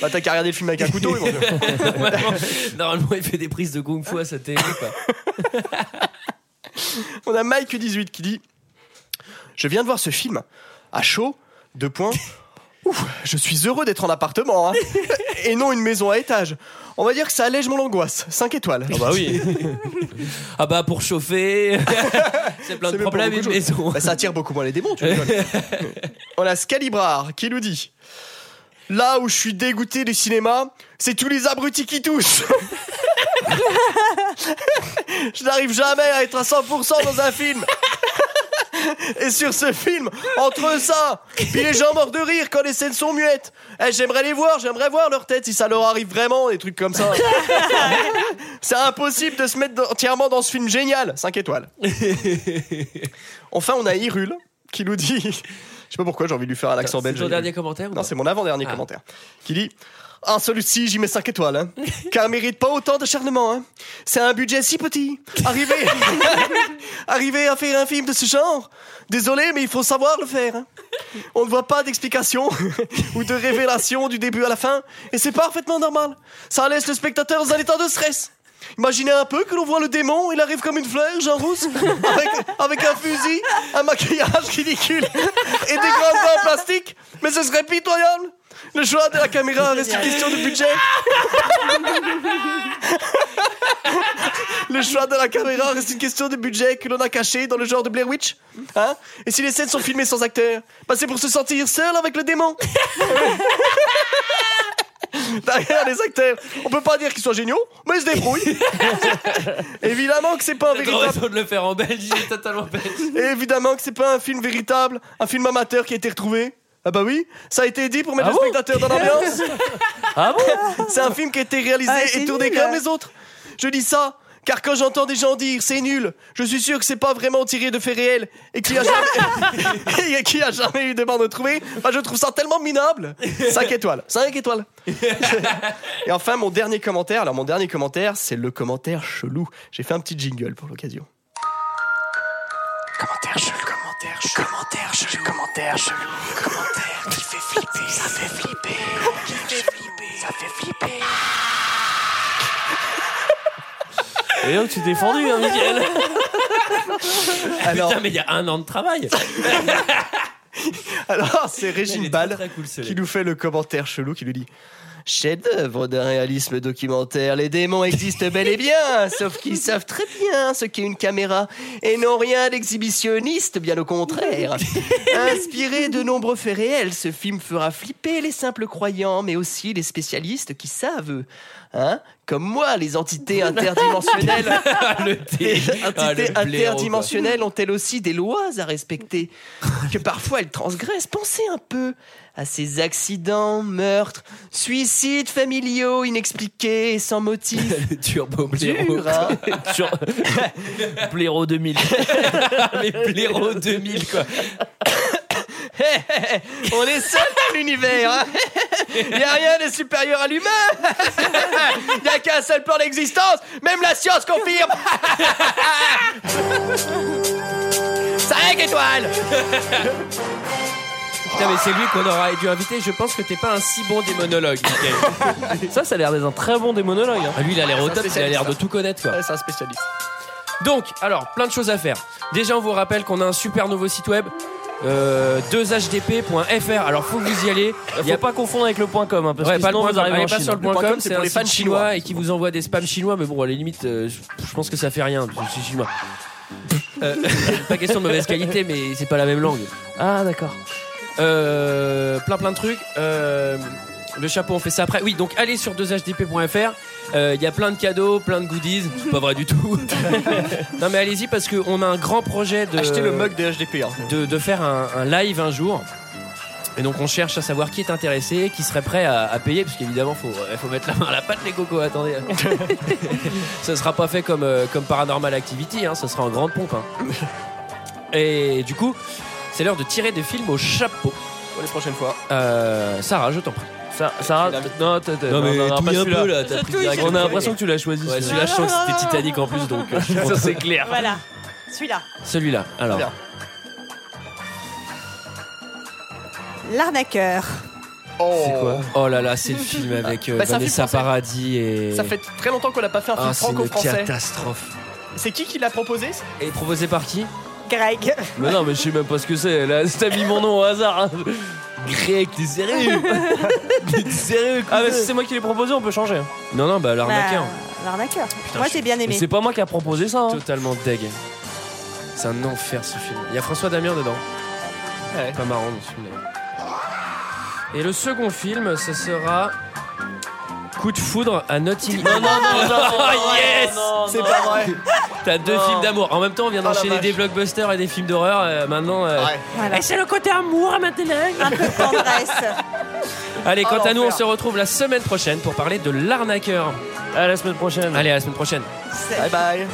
Speaker 4: bah, t'as qu'à regarder le film avec un couteau, mon Dieu.
Speaker 2: Normalement, normalement, il fait des prises de kung fu à sa télé. quoi.
Speaker 4: On a Mike18 qui dit Je viens de voir ce film à chaud, deux points. Ouf, je suis heureux d'être en appartement, hein. et non une maison à étage. On va dire que ça allège mon angoisse. 5 étoiles.
Speaker 2: Ah bah oui. ah bah pour chauffer, c'est plein de
Speaker 4: C'est même pas
Speaker 2: problèmes
Speaker 4: beaucoup
Speaker 2: une
Speaker 4: de choses.
Speaker 2: maison.
Speaker 4: Bah, ça attire beaucoup moins les démons, tu rigoles. On a Scalibrar qui nous dit Là où je suis dégoûté du cinéma, c'est tous les abrutis qui toussent. je n'arrive jamais à être à 100% dans un film. Et sur ce film, entre ça, puis les gens morts de rire quand les scènes sont muettes, Eh, j'aimerais les voir, j'aimerais voir leur tête si ça leur arrive vraiment, des trucs comme ça. C'est impossible de se mettre dans- entièrement dans ce film génial. 5 étoiles. Enfin, on a Irul qui nous dit. Je sais pas pourquoi j'ai envie de lui faire un accent
Speaker 2: C'est
Speaker 4: belge.
Speaker 2: ton dernier commentaire ou
Speaker 4: Non,
Speaker 2: pas
Speaker 4: c'est mon avant-dernier
Speaker 2: Ah.
Speaker 4: commentaire. Qui dit Ah, celui-ci, j'y mets 5 étoiles. hein, car il mérite pas autant d'acharnement. hein. C'est un budget si petit. Arriver... Arriver à faire un film de ce genre Désolé, mais il faut savoir le faire. hein. On ne voit pas d'explication ou de révélation du début à la fin. Et c'est parfaitement normal. Ça laisse le spectateur dans un état de stress. Imaginez un peu que l'on voit le démon, il arrive comme une fleur, Jean Rousse, avec, avec un fusil, un maquillage ridicule et des grandes mains en plastique. Mais ce serait pitoyable. Le choix de la caméra reste une question de budget. Le choix de la caméra reste une question de budget que l'on a caché dans le genre de Blair Witch. Hein et si les scènes sont filmées sans acteur, bah c'est pour se sentir seul avec le démon. Derrière les acteurs, on peut pas dire qu'ils soient géniaux, mais ils se débrouillent. Évidemment que c'est pas un
Speaker 2: T'as trop
Speaker 4: véritable
Speaker 2: raison de le faire en Belgique, j'ai totalement bête.
Speaker 4: et évidemment que c'est pas un film véritable, un film amateur qui a été retrouvé. Ah bah oui, ça a été dit pour mettre
Speaker 5: Ah
Speaker 4: le
Speaker 5: bon
Speaker 4: spectateur dans l'ambiance.
Speaker 5: Ah bon
Speaker 4: C'est un film qui a été réalisé
Speaker 5: Ah,
Speaker 4: et
Speaker 5: c'est
Speaker 4: tourné
Speaker 5: nul,
Speaker 4: comme
Speaker 5: hein.
Speaker 4: les autres. Je dis ça Car quand j'entends des gens dire c'est nul, je suis sûr que c'est pas vraiment tiré de faits réels et qu'il y a jamais, et qu'il y a jamais eu de bande trouvée, bah, je trouve ça tellement minable. 5 étoiles, 5 étoiles. et enfin, mon dernier commentaire, alors mon dernier commentaire, c'est le commentaire chelou. J'ai fait un petit jingle pour l'occasion. Commentaire chelou, commentaire chelou, commentaire chelou, commentaire chelou, commentaire qui fait flipper, ça fait flipper, qui fait flipper, ça fait flipper.
Speaker 5: Et oh, tu t'es fendu, hein, Miguel
Speaker 2: Putain, mais il y a un an de travail.
Speaker 4: Alors, c'est Régine Ball
Speaker 2: celui-là.
Speaker 4: qui nous fait le commentaire chelou qui nous dit Chef-d'œuvre d'un réalisme documentaire, les démons existent bel et bien, sauf qu'ils savent très bien ce qu'est une caméra et n'ont rien d'exhibitionniste, bien au contraire. Inspiré de nombreux faits réels, ce film fera flipper les simples croyants, mais aussi les spécialistes qui savent, eux, hein, comme moi, les entités interdimensionnelles. Les
Speaker 2: dé- ah, le
Speaker 4: entités
Speaker 2: blaireau, quoi.
Speaker 4: interdimensionnelles ont-elles aussi des lois à respecter que parfois elles transgressent Pensez un peu à ces accidents, meurtres, suicides familiaux inexpliqués et sans motif.
Speaker 2: Le turbo blaireau.
Speaker 4: Dur, hein
Speaker 5: Sur Blaireau 2000.
Speaker 2: Mais blaireau 2000, quoi.
Speaker 4: On est seul dans l'univers. hein. Il n'y a rien de supérieur à l'humain. Il n'y a qu'un seul plan d'existence. Même la science confirme. Cinq étoiles.
Speaker 2: Putain, mais c'est lui qu'on aura dû inviter. Je pense que t'es pas un si bon démonologue, Mickaël.
Speaker 5: Ça, ça a l'air d'être un très bon démonologue. hein.
Speaker 2: Ah, Lui, il a l'air au
Speaker 4: un
Speaker 2: top, il a l'air de
Speaker 4: spécialiste,
Speaker 2: tout connaître, quoi.
Speaker 4: Ouais, C'est un spécialiste.
Speaker 2: Donc, alors, plein de choses à faire. Déjà, on vous rappelle qu'on a un super nouveau site web. Euh, 2hdp.fr alors faut que vous y allez
Speaker 5: Euh, Faut pas confondre avec le point .com, hein, parce
Speaker 2: ouais,
Speaker 5: que
Speaker 2: pas le
Speaker 5: sinon,
Speaker 2: point
Speaker 5: vous
Speaker 2: com.
Speaker 5: arrivez
Speaker 2: Allez
Speaker 5: en
Speaker 2: pas
Speaker 5: Chine.
Speaker 2: sur le point
Speaker 4: Le point
Speaker 2: com,
Speaker 4: com,
Speaker 2: c'est
Speaker 4: c'est pour
Speaker 2: un
Speaker 4: les
Speaker 2: site
Speaker 4: fans
Speaker 2: chinois,
Speaker 4: chinois
Speaker 2: et qui vous envoie des spams chinois, mais bon, à la limite, euh, je je pense que ça fait rien, parce que je suis chinois. Euh, pas question de mauvaise qualité, mais c'est pas la même langue.
Speaker 5: Ah, d'accord.
Speaker 2: Euh, plein plein de trucs. Euh, le chapeau, on fait ça après. Oui, donc allez sur 2hdp.fr. Euh, Il y a plein de cadeaux, plein de goodies. C'est pas vrai du tout. non, mais allez-y parce qu'on a un grand projet de
Speaker 4: Achetez le mug des HDP. hein.
Speaker 2: de, de faire un, un live un jour. Et donc on cherche à savoir qui est intéressé, qui serait prêt à, à payer, parce qu'évidemment faut euh, faut mettre la main à la pâte les cocos. Attendez, ça sera pas fait comme euh, comme Paranormal Activity, hein, ça sera en grande pompe. hein. Et du coup, c'est l'heure de tirer des films au chapeau.
Speaker 4: Pour les prochaines fois.
Speaker 2: Euh, Sarah, je t'en prie.
Speaker 5: Ça, Sarah, t- non, t- t- non, non, non, pas celui-là.
Speaker 2: t'as pris
Speaker 5: On a l'impression que tu l'as choisi.
Speaker 2: Ouais,
Speaker 5: celui-là.
Speaker 2: celui-là, je sens que c'était Titanic en plus, donc. euh, je pense-
Speaker 5: c'est clair.
Speaker 3: Voilà, celui-là.
Speaker 2: Celui-là, alors.
Speaker 4: Bien.
Speaker 3: L'arnaqueur.
Speaker 4: Oh.
Speaker 2: C'est quoi Oh là là, c'est le film avec euh,
Speaker 4: Bah, c'est un film
Speaker 2: Vanessa
Speaker 4: français.
Speaker 2: Paradis et.
Speaker 4: Ça fait très longtemps qu'on n'a pas fait un film
Speaker 2: Ah, c'est une
Speaker 4: franco-français.
Speaker 2: catastrophe.
Speaker 4: C'est qui qui l'a proposé
Speaker 2: Et proposé par qui
Speaker 3: Greg.
Speaker 5: Mais non, mais je sais même pas ce que c'est. Là, t'as mis mon nom au hasard. hein.
Speaker 2: Greg, t'es sérieux T'es sérieux
Speaker 5: Ah,
Speaker 4: bah,
Speaker 5: mais si c'est moi qui l'ai proposé, on peut changer.
Speaker 2: Non, non, bah l'arnaqueur.
Speaker 3: Bah, L'arnaqueur. Moi, j'ai bien
Speaker 5: Mais
Speaker 3: aimé.
Speaker 5: c'est pas moi qui a proposé ça. hein.
Speaker 2: Totalement deg. C'est un enfer ce film. Il y a François Damien dedans.
Speaker 4: Ouais.
Speaker 2: Pas marrant dans ce film d'ailleurs. Et le second film, ce sera. Coup de foudre à Notting Non, non, non, Ah, yes
Speaker 4: C'est pas vrai.
Speaker 2: T'as deux
Speaker 5: Non.
Speaker 2: films d'amour. En même temps, on vient
Speaker 4: la
Speaker 2: d'enchaîner
Speaker 4: vache.
Speaker 2: des blockbusters et des films d'horreur. euh, maintenant. euh,
Speaker 4: Ouais.
Speaker 3: Voilà.
Speaker 2: Et c'est le côté amour hein, maintenant
Speaker 3: Un peu de tendresse.
Speaker 2: Allez,
Speaker 4: Oh,
Speaker 2: quant à nous, on
Speaker 4: l'enfer.
Speaker 2: se retrouve la semaine prochaine pour parler de l'arnaqueur.
Speaker 5: À la semaine prochaine.
Speaker 2: Allez, à la semaine prochaine.
Speaker 3: C'est-
Speaker 4: Bye bye.